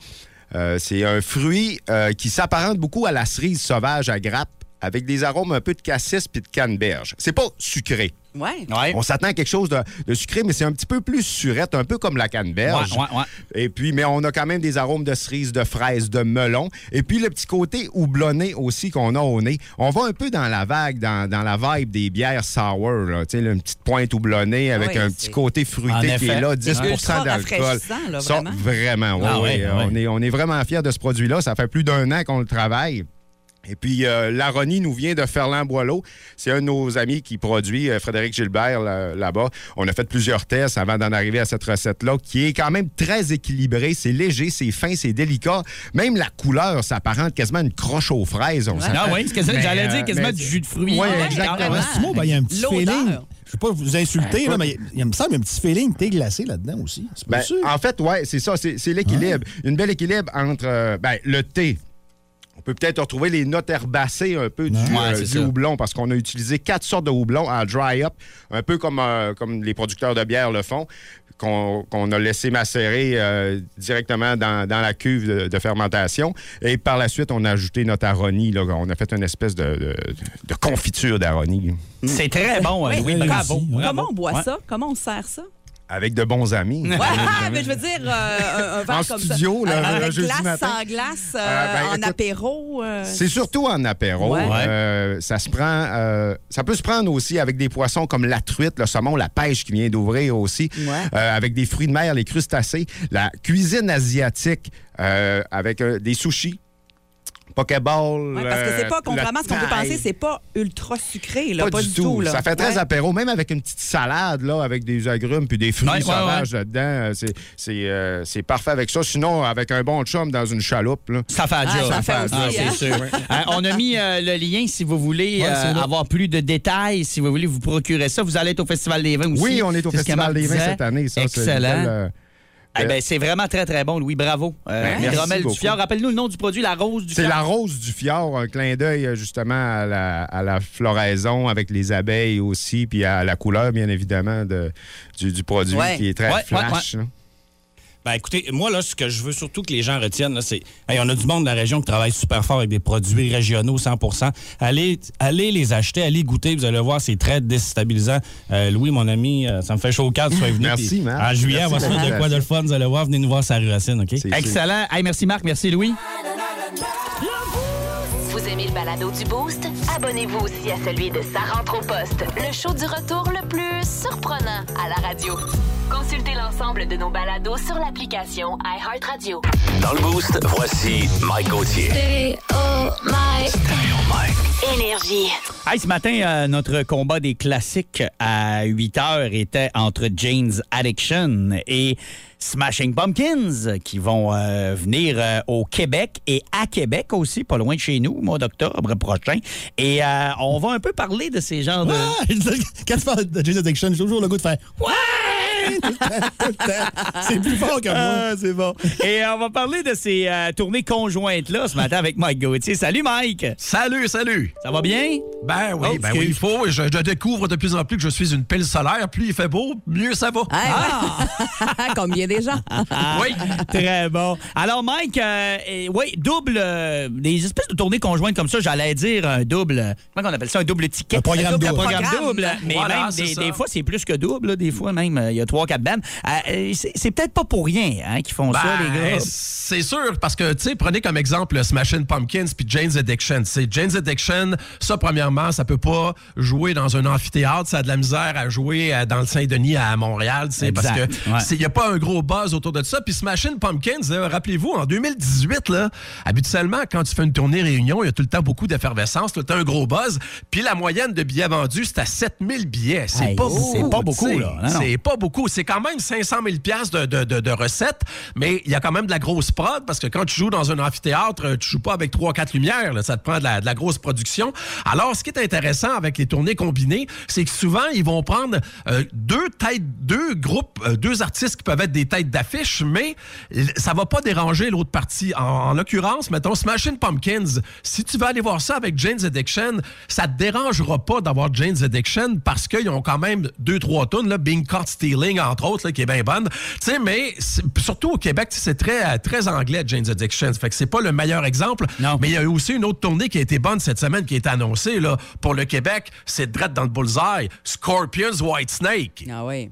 S12: Euh, c'est un fruit euh, qui s'apparente beaucoup à la cerise sauvage à grappe, avec des arômes un peu de cassis puis de canneberge. C'est pas sucré.
S4: Ouais.
S12: On s'attend à quelque chose de, de sucré, mais c'est un petit peu plus surette, un peu comme la canneberge.
S9: Ouais, ouais,
S12: Et puis, mais on a quand même des arômes de cerise, de fraise, de melon. Et puis, le petit côté houblonné aussi qu'on a au nez. On va un peu dans la vague, dans, dans la vibe des bières sour. Là. Tu sais, là, une petite pointe houblonnée avec
S9: Oui,
S12: un
S9: c'est-
S12: petit côté
S9: En
S12: fruité qui
S9: effet.
S12: est là,
S9: C'est
S12: 10
S9: ultra
S12: d'alcool.
S9: rafraîchissant, là,
S12: Ça,
S9: vraiment.
S12: Vraiment, oui.
S9: Ah
S12: oui,
S9: ouais,
S12: euh,
S9: ouais.
S12: On, est, on est vraiment fiers de ce produit-là. Ça fait plus d'un an qu'on le travaille. Et puis, euh, l'aronie nous vient de Ferland Boileau. C'est un de nos amis qui produit, euh, Frédéric Gilbert, là- là-bas. on a fait plusieurs tests avant d'en arriver à cette recette-là, qui est quand même très équilibrée. C'est léger, c'est fin, c'est délicat. Même la couleur s'apparente quasiment à une croche aux fraises. On s'entend.
S9: Ah oui, c'est quasiment-
S12: Mais,
S9: j'allais dire
S12: euh,
S9: quasiment
S12: mais-
S9: du jus de fruits.
S12: Oui,
S9: Ah ouais,
S12: exactement.
S9: carrément.
S5: Moi, ben, il y a un petit
S9: L'odeur.
S5: feeling. Je ne veux pas vous insulter, là, mais il, il me semble qu'il y a un petit feeling thé glacé là-dedans aussi. C'est pas
S12: Ben,
S5: sûr.
S12: en fait, oui, c'est ça, c'est c'est l'équilibre. Une belle équilibre entre euh, ben, le thé. On peut peut-être retrouver les notes herbacées un peu du,
S5: Ouais,
S12: euh,
S5: c'est
S12: du
S5: ça.
S12: houblon parce qu'on a utilisé quatre sortes de houblon à dry up, un peu comme, euh, comme les producteurs de bière le font, qu'on qu'on a laissé macérer euh, directement dans, dans la cuve de, de fermentation. Et par la suite, on a ajouté notre aronie. Là, on a fait une espèce de, de- de confiture d'aronie.
S3: C'est très bon, euh,
S4: Oui,
S12: oui,
S4: mais
S12: bravo,
S4: Comment
S12: bravo.
S4: on boit
S12: Ouais.
S4: ça? Comment on sert ça?
S12: Avec de bons
S5: <laughs>
S12: amis.
S4: Ouais, mais je veux dire, euh, un, un verre
S12: En
S4: comme
S12: studio,
S4: ça.
S12: là,
S4: Avec
S12: le jeudi
S4: glace,
S12: matin.
S4: sans glace, euh,
S12: Ah, ben,
S4: en
S12: écoute,
S4: apéro. euh,
S12: C'est surtout en apéro.
S4: Ouais.
S12: Euh, ça se prend. euh, ça peut se prendre aussi avec des poissons comme la truite, le saumon, la pêche qui vient d'ouvrir aussi, Euh, avec des fruits de mer, les crustacés, la cuisine asiatique euh, avec euh, des sushis, pokéball.
S4: ouais, parce que c'est
S12: euh,
S4: pas, contrairement à ce qu'on peut
S12: la
S4: penser,
S12: thaï.
S4: c'est pas ultra sucré, là,
S12: Pas,
S4: pas,
S12: du tout.
S4: là.
S12: Ça fait très
S4: Ouais.
S12: apéro, même avec une petite salade, là, avec des agrumes puis des fruits
S9: Ouais, ouais,
S12: sauvages là-dedans. euh, C'est, c'est, euh, c'est parfait avec ça. Sinon, avec un bon chum dans une chaloupe. là.
S3: Ça fait la job. Ah, c'est sûr.
S12: Ouais.
S3: Euh, on a mis euh, le lien si vous voulez
S12: hein. Ouais,
S3: euh,
S12: c'est là.
S3: avoir plus de détails, si vous voulez vous procurer ça. Vous allez être au Festival des Vins aussi.
S12: Oui, on est au
S3: C'est ce que
S12: Festival
S3: Marc
S12: des Vins
S3: disait.
S12: cette année, ça, c'est une
S3: Excellent.
S12: belle, euh,
S3: Eh ben, c'est vraiment très, très bon, Louis. Bravo.
S12: Ben, merci
S3: Hydromel du
S12: beaucoup.
S3: Fjord. Rappelle-nous le nom du produit, la rose du
S12: C'est
S3: Fjord.
S12: la rose du fjord, un clin d'œil euh, justement à la, à la floraison avec les abeilles aussi, puis à la couleur, bien évidemment, de, du, du produit
S9: Ouais.
S12: qui est très
S9: Ouais, ouais,
S12: flash. hein.
S9: ouais.
S12: là.
S9: Ben écoutez, moi là, ce que je veux surtout que les gens retiennent, là, c'est hey, on a du monde de la région qui travaille super fort avec des produits régionaux 100 Allez, allez les acheter, allez goûter, vous allez voir, c'est très déstabilisant. Euh, Louis, mon ami, euh, ça me fait chaud au cœur, que tu sois venu.
S12: Merci,
S9: puis
S12: Marc.
S9: En juillet,
S12: Merci
S9: on va se
S12: beaucoup.
S9: faire de quoi de le fun, vous allez voir, venez nous voir sa racine, OK?
S3: Excellent. Hey, merci Marc, merci Louis.
S2: Vous aimez le balado du Boost? Abonnez-vous aussi à celui de Sa rentre au poste, le show du retour le plus surprenant à la radio. Consultez l'ensemble de nos balados sur l'application iHeartRadio.
S1: Dans le boost, voici Mike Gauthier.
S2: Énergie.
S3: Hey, ce matin, euh, notre combat des classiques à 8 heures était entre Jane's Addiction et Smashing Pumpkins qui vont euh, venir euh, au Québec et à Québec aussi, pas loin de chez nous, au mois d'octobre prochain. Et euh, on va un peu parler de ces genres de...
S5: Ah! Quand tu parles de Jane's Addiction, j'ai toujours le goût de faire Ouais! Tout le temps, tout le temps. <laughs> C'est plus fort que moi.
S3: Ah, c'est bon. Et on va parler de ces euh, tournées conjointes-là ce matin avec Mike Gauthier. Salut, Mike!
S13: Salut, salut!
S3: Ça va bien?
S13: Ben oui,
S3: Oh,
S13: ben
S3: parce
S13: oui,
S3: que-
S13: il faut. Je, je découvre de plus en plus que je suis une pile solaire. Plus il fait beau, mieux ça va.
S4: Ah! <laughs> Combien des gens?
S13: oui.
S3: Très bon. Alors, Mike, euh, eh, oui, double, euh, des espèces de tournées conjointes comme ça, j'allais dire un double, euh, comment on appelle ça, un double ticket.
S5: Un programme
S3: Un
S5: double.
S3: Un programme
S5: Programme.
S3: double. Mais
S5: Voilà,
S3: même,
S5: c'est
S3: des,
S5: ça.
S3: des fois, c'est plus que double. là. Des fois, même, euh, il y a trois, quatre bandes. Euh, c'est c'est peut-être pas pour rien hein, qu'ils font ça, les
S13: Ben,
S3: gars.
S13: C'est sûr, parce que, tu sais, prenez comme exemple Smashing Pumpkins puis Jane's Addiction. C'est Jane's Addiction, ça, premièrement, ça peut pas jouer dans un amphithéâtre. Ça a de la misère à jouer euh, dans le Saint-Denis à Montréal, tu sais, parce que
S9: Exact, ouais.
S13: il n'y a pas un gros buzz autour de ça. Puis Smashing Pumpkins, euh, rappelez-vous, en 2018, là, habituellement, quand tu fais une tournée réunion, il y a tout le temps beaucoup d'effervescence, tout le temps un gros buzz. Puis la moyenne de billets vendus, c'est à 7000 billets. C'est
S3: Hey,
S13: pas
S3: c'est
S13: beaucoup.
S3: pas beaucoup,
S13: tu sais.
S3: là. Non, non.
S13: C'est pas beaucoup. C'est quand même 500 000 piastres de, de- de- de recettes, mais il y a quand même de la grosse prod parce que quand tu joues dans un amphithéâtre, euh, tu joues pas avec trois quatre lumières. là. Ça te prend de la, de la grosse production. Alors, ce qui est intéressant avec les tournées combinées, c'est que souvent, ils vont prendre euh, deux têtes, deux groupes, euh, deux artistes qui peuvent être des têtes d'affiche, mais l- ça va pas déranger l'autre partie. En, en l'occurrence, mettons, Smashing Pumpkins, si tu vas aller voir ça avec Jane's Addiction, ça te dérangera pas d'avoir Jane's Addiction parce qu'ils ont quand même deux, trois tonnes, là, Being Caught Stealing, entre autres, là, qui est bien bonne. Tu sais, mais c'est- surtout au Québec, tu sais, c'est très, euh, très anglais, Jane's Addiction. Fait que c'est pas le meilleur exemple. Mais il y a eu aussi une autre tournée qui a été bonne cette semaine, qui a été annoncée, là, pour le Québec. C'est Dread dans le bullseye. Scorpions White Snake.
S4: Ah oui.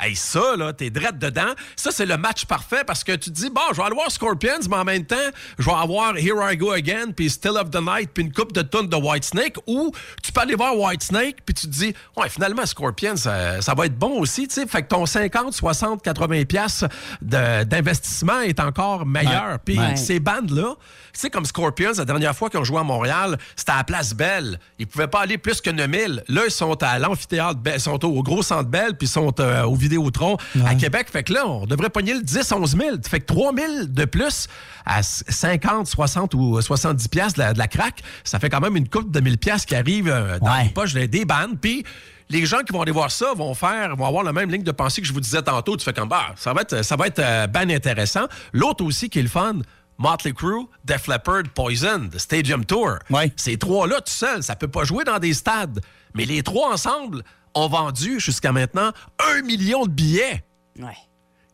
S13: Hey, ça, là, t'es drette dedans. Ça, c'est le match parfait parce que tu te dis, bon, je vais aller voir Scorpions, mais en même temps, je vais avoir Here I Go Again, puis Still of the Night, puis une coupe de tonnes de Whitesnake. Ou tu peux aller voir Whitesnake, puis tu te dis, ouais, finalement, Scorpions, ça, ça va être bon aussi, tu sais. Fait que ton 50, 60, 80 piastres de- d'investissement est encore meilleur. Puis
S9: Ouais.
S13: c'est ces bandes-là, tu sais, comme Scorpions, la dernière fois qu'ils ont joué à Montréal, c'était à la Place Belle. Ils pouvaient pas aller plus que 9000. Là, ils sont à l'amphithéâtre, Bell- ils sont au, au gros centre Belle, puis ils sont euh, au Vidéotron à Québec. Fait que là, on devrait pogner le 10, 11 000. Fait que 3 000 de plus à s- 50, 60 ou 70 piastres de la, de la craque, ça fait quand même une coupe de 1000 piastres qui arrive euh, dans les poches des- des bandes. Puis les gens qui vont aller voir ça vont faire, vont avoir la même ligne de pensée que je vous disais tantôt. Tu fais comme, bah, ça va être, ça va être euh, ben intéressant. L'autre aussi qui est le fun, Motley Crue, Def Leppard, Poison, The Stadium Tour. Ces trois-là tout seul, ça peut pas jouer dans des stades. Mais les trois ensemble ont vendu jusqu'à maintenant un million de billets.
S4: Ouais.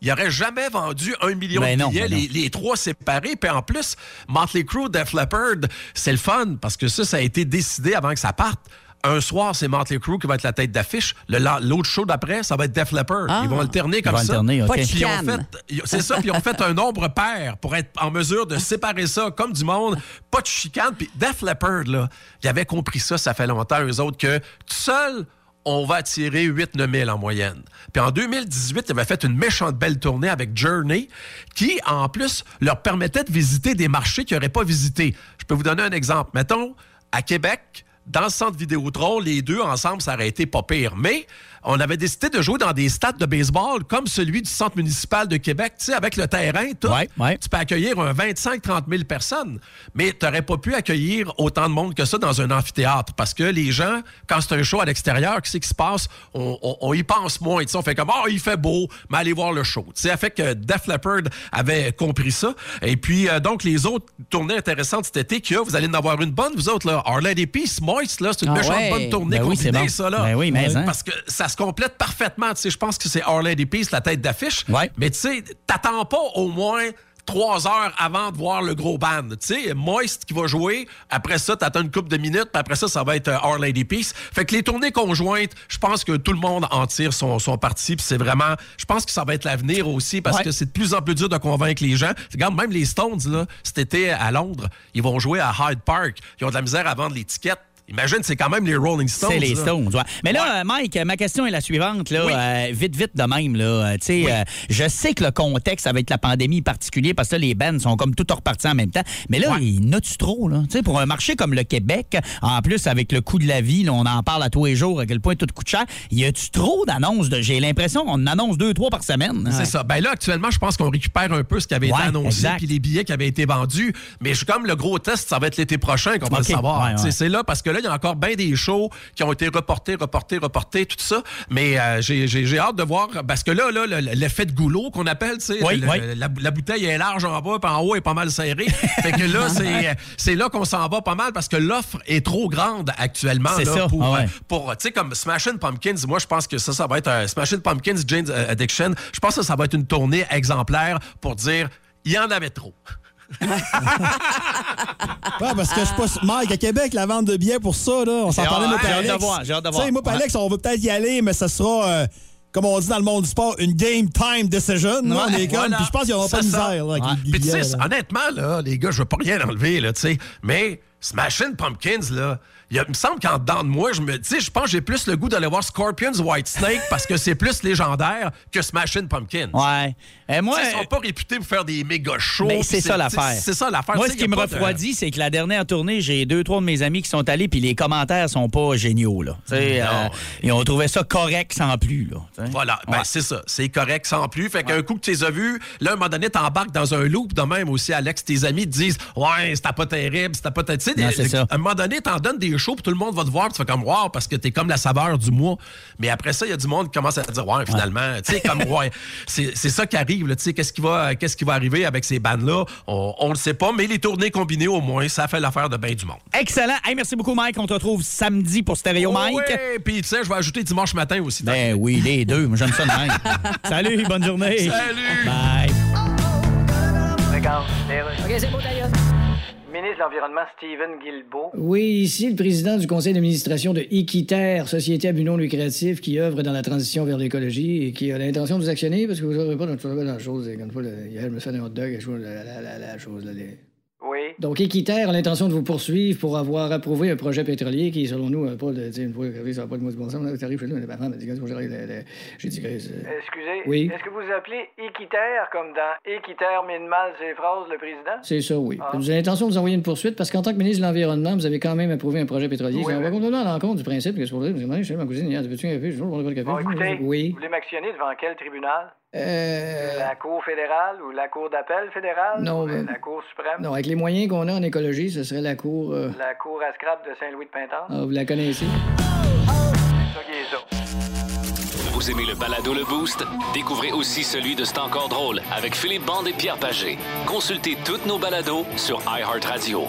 S13: Il n'aurait jamais vendu un million
S3: Ben
S13: de
S3: non,
S13: billets,
S3: ben non.
S13: les, les trois séparés. Puis en plus, Motley Crue, Def Leppard, c'est le fun parce que ça, ça a été décidé avant que ça parte. Un soir, c'est Motley Crue qui va être la tête d'affiche. Le la- L'autre show d'après, ça va être Def Leppard.
S3: Ah.
S13: ils vont alterner
S3: Ils
S13: comme
S3: vont
S13: ça.
S3: alterner, ok. Pas de
S13: Puis ils ont
S3: chicane.
S13: fait- ils- C'est ça, puis ils ont fait un nombre pair pour être en mesure de séparer ça comme du monde. Pas de chicane. Puis Def Leppard, là, ils avaient compris ça, ça fait longtemps, eux autres, que tout seul, on va attirer 8-9 000 en moyenne. Puis en 2018, ils avaient fait une méchante belle tournée avec Journey, qui, en plus, leur permettait de visiter des marchés qu'ils n'auraient pas visités. Je peux vous donner un exemple. Mettons, à Québec, dans le centre Vidéotron, les deux ensemble, ça aurait été pas pire. Mais on avait décidé de jouer dans des stades de baseball comme celui du centre municipal de Québec, tu sais, avec le terrain, tout. Tu peux accueillir un 25-30 000 personnes, mais tu n'aurais pas pu accueillir autant de monde que ça dans un amphithéâtre parce que les gens, quand c'est un show à l'extérieur, qu'est-ce qui se passe? On, on- on y pense moins. tu sais, On fait comme, oh, il fait beau, mais allez voir le show. Tu sais, Ça fait que Def Leppard avait compris ça. Et puis, euh, donc, les autres tournées intéressantes cet été qu'il y a, vous allez en avoir une bonne, vous autres, là. Our Lady Peace, Moist, là, c'est une
S3: Ah
S13: méchante
S3: ouais.
S13: bonne tournée
S3: Ben oui,
S13: combinée,
S3: c'est bon.
S13: ça, là. Euh,
S3: Ben oui, mais, hein.
S13: Parce que ça se complète parfaitement. Tu sais, je pense que c'est Our Lady Peace, la tête d'affiche. Mais tu sais, t'attends pas au moins trois heures avant de voir le gros band. Tu sais, Moist qui va jouer. Après ça, t'attends une couple de minutes. Puis après ça, ça va être euh, Our Lady Peace. Fait que les tournées conjointes, je pense que tout le monde en tire son, son parti. Puis c'est vraiment... Je pense que ça va être l'avenir aussi parce
S9: Ouais.
S13: que c'est de plus en plus dur de convaincre les gens. Regarde, même les Stones, là, cet été à Londres, ils vont jouer à Hyde Park. Ils ont de la misère à vendre les tickets. Imagine, c'est quand même les Rolling Stones.
S3: C'est les
S13: là.
S3: Stones, ouais. Mais là, euh, Mike, euh, ma question est la suivante, là, euh, vite, vite de même, là. euh, tu sais, euh, je sais que le contexte avec la pandémie est particulier, parce que là, les bands sont comme tout repartis en même temps. Mais là, il y en a-tu trop, là? Tu sais, pour un marché comme le Québec, en plus, avec le coût de la vie, là, on en parle à tous les jours, à quel point tout coûte cher. Y a-tu trop d'annonces? de- J'ai l'impression qu'on en annonce deux, trois par semaine. hein?
S13: C'est ça. Ben là, actuellement, je pense qu'on récupère un peu ce qui avait
S3: Ouais,
S13: été annoncé
S3: exact.
S13: puis les billets qui avaient été vendus. Mais je, comme le gros test, ça va être l'été prochain qu'on va
S3: Ok.
S13: le savoir.
S3: Ouais,
S13: Tu sais,
S3: ouais.
S13: C'est là parce que là, il y a encore bien des shows qui ont été reportés, reportés, reportés, tout ça. Mais euh, j'ai- j'ai j'ai hâte de voir parce que là, là, le- le- l'effet de goulot qu'on appelle, tu sais,
S3: Oui,
S13: le-
S3: oui.
S13: La, la bouteille est large en bas, puis en haut est pas mal serrée. fait que
S3: <laughs>
S13: là, c'est- euh, c'est là qu'on s'en va pas mal parce que l'offre est trop grande actuellement
S3: C'est
S13: là,
S3: ça.
S13: pour,
S3: Ah ouais.
S13: euh, pour, tu sais, comme Smashing Pumpkins, moi, je pense que ça, ça va être un Smashing Pumpkins, Jane's euh, Addiction. Je pense que ça va être une tournée exemplaire pour dire, il y en avait trop.
S5: Ouais, parce que je suis pas sûr- Mike, à Québec, la vente de billets pour ça, là, on s'en
S3: Ah,
S5: parlait, moi,
S3: ouais,
S5: pis
S3: j'ai hâte de
S5: Alex.
S3: voir, j'ai hâte de
S5: Tu sais,
S3: voir.
S5: moi, pis
S3: Ouais.
S5: Alex, on va peut-être y aller, mais ça sera euh, comme on dit dans le monde du sport, une game time decision. là, on est comme, puis je pense qu'il n'y aura pas de misère. là, avec les
S13: Puis tu
S5: billets,
S13: sais,
S5: là.
S13: honnêtement, là, les gars, je veux pas rien enlever, là, tu sais, mais Smashing Pumpkins, là, il, y a- il me semble qu'en dedans de moi, je me tu sais, je pense que j'ai plus le goût d'aller voir Scorpions White Snake parce que c'est plus légendaire que Smashing Pumpkins.
S3: Ouais. Et moi,
S13: ils sont pas réputés pour faire des méga shows.
S3: Mais
S13: puis
S3: c'est ça
S13: tu sais,
S3: l'affaire.
S13: C'est ça l'affaire.
S3: Moi,
S13: Tu
S3: ce
S13: sais,
S3: qui
S13: y
S3: me
S13: a pas de-
S3: refroidit, c'est que la dernière tournée, j'ai deux, trois de mes amis qui sont allés, puis les commentaires sont pas géniaux. Là. Tu sais, euh, ils ont trouvé ça correct sans plus. Là, tu sais.
S13: Voilà, ben c'est ça, c'est correct sans plus. Fait qu'un coup que tu les as vus, là, à un moment donné, t'embarques dans un loop de même aussi, Alex, tes amis te disent Ouais, c'était pas terrible, c'était pas terrible. Tu sais,
S3: Non,
S13: des-
S3: c'est ça.
S13: À un moment donné, t'en donnes des shows, puis tout le monde va te voir, puis tu fais comme Wow, parce que t'es comme la saveur du mois. Mais après ça, il y a du monde qui commence à te dire Ouais, finalement, tu sais,
S3: <laughs>
S13: comme Ouais, c'est c'est ça qui arrive, là, tu sais, qu'est-ce qui, va- qu'est-ce qui va arriver avec ces bandes-là on, on le sait pas, mais les tournées combinées, au moins, ça fait l'affaire de bien du monde.
S3: Excellent. Hey, merci beaucoup, Mike. On te retrouve samedi pour Stéréo Mike.
S13: Ouais, puis tu sais, je vais ajouter dimanche matin aussi.
S3: Ben oui, les deux. Moi, j'aime ça de
S13: <laughs>
S3: même. Salut, bonne journée.
S13: Salut.
S3: Bye.
S14: Regarde, OK, c'est beau d'ailleurs. Ministre de l'Environnement, Steven Guilbeault.
S6: Oui, ici le président du conseil d'administration de Equitaire, société à but non lucratif qui œuvre dans la transition vers l'écologie et qui a l'intention de vous actionner parce que vous n'aurez pas dans dans la chose. et Comme une fois, le- hier, je me suis fait un hot dog et je vois la, la- la- la chose. là, les-
S14: Oui.
S6: Donc, Équitaire a l'intention de vous poursuivre pour avoir approuvé un projet pétrolier qui, selon nous, n'a pas de. tu sais, Une fois que ça n'a pas de mot de bon sens, là, t'arrives chez nous, ma femme m'a dit, Qu'est-ce que j'ai le- le- J'ai dit, Qu'est-ce que-
S14: Excusez,
S6: Oui.
S14: est-ce que vous appelez équitaire comme dans Équitaire mine mal ses phrases, le président? Ah.
S6: C'est ça, oui. Vous avez l'intention de vous envoyer une poursuite parce qu'en tant que ministre de l'Environnement, vous avez quand même approuvé un projet pétrolier.
S14: Oui,
S6: C'est- on
S14: oui.
S6: va complètement à l'encontre du principe que c'est pour dire, je sais, ma cousine, hier, veux-tu un café? Je dis, Je veux pas de café.
S14: Bon, écoutez,
S6: oui.
S14: vous voulez m'actionner devant quel tribunal?
S6: Euh,
S14: La Cour fédérale ou la Cour d'appel fédérale?
S6: Non,
S14: Ou
S6: ben-
S14: La Cour suprême?
S6: Non, avec les moyens qu'on a en écologie, ce serait la cour. euh,
S14: La Cour à scrap de Saint-Louis de Pintante?
S6: ah, vous la connaissez?
S14: Ça qui est ça.
S1: Vous aimez le balado Le Boost? Découvrez aussi celui de C'est encore drôle avec Philippe Bande et Pierre Pagé. Consultez tous nos balados sur iHeartRadio.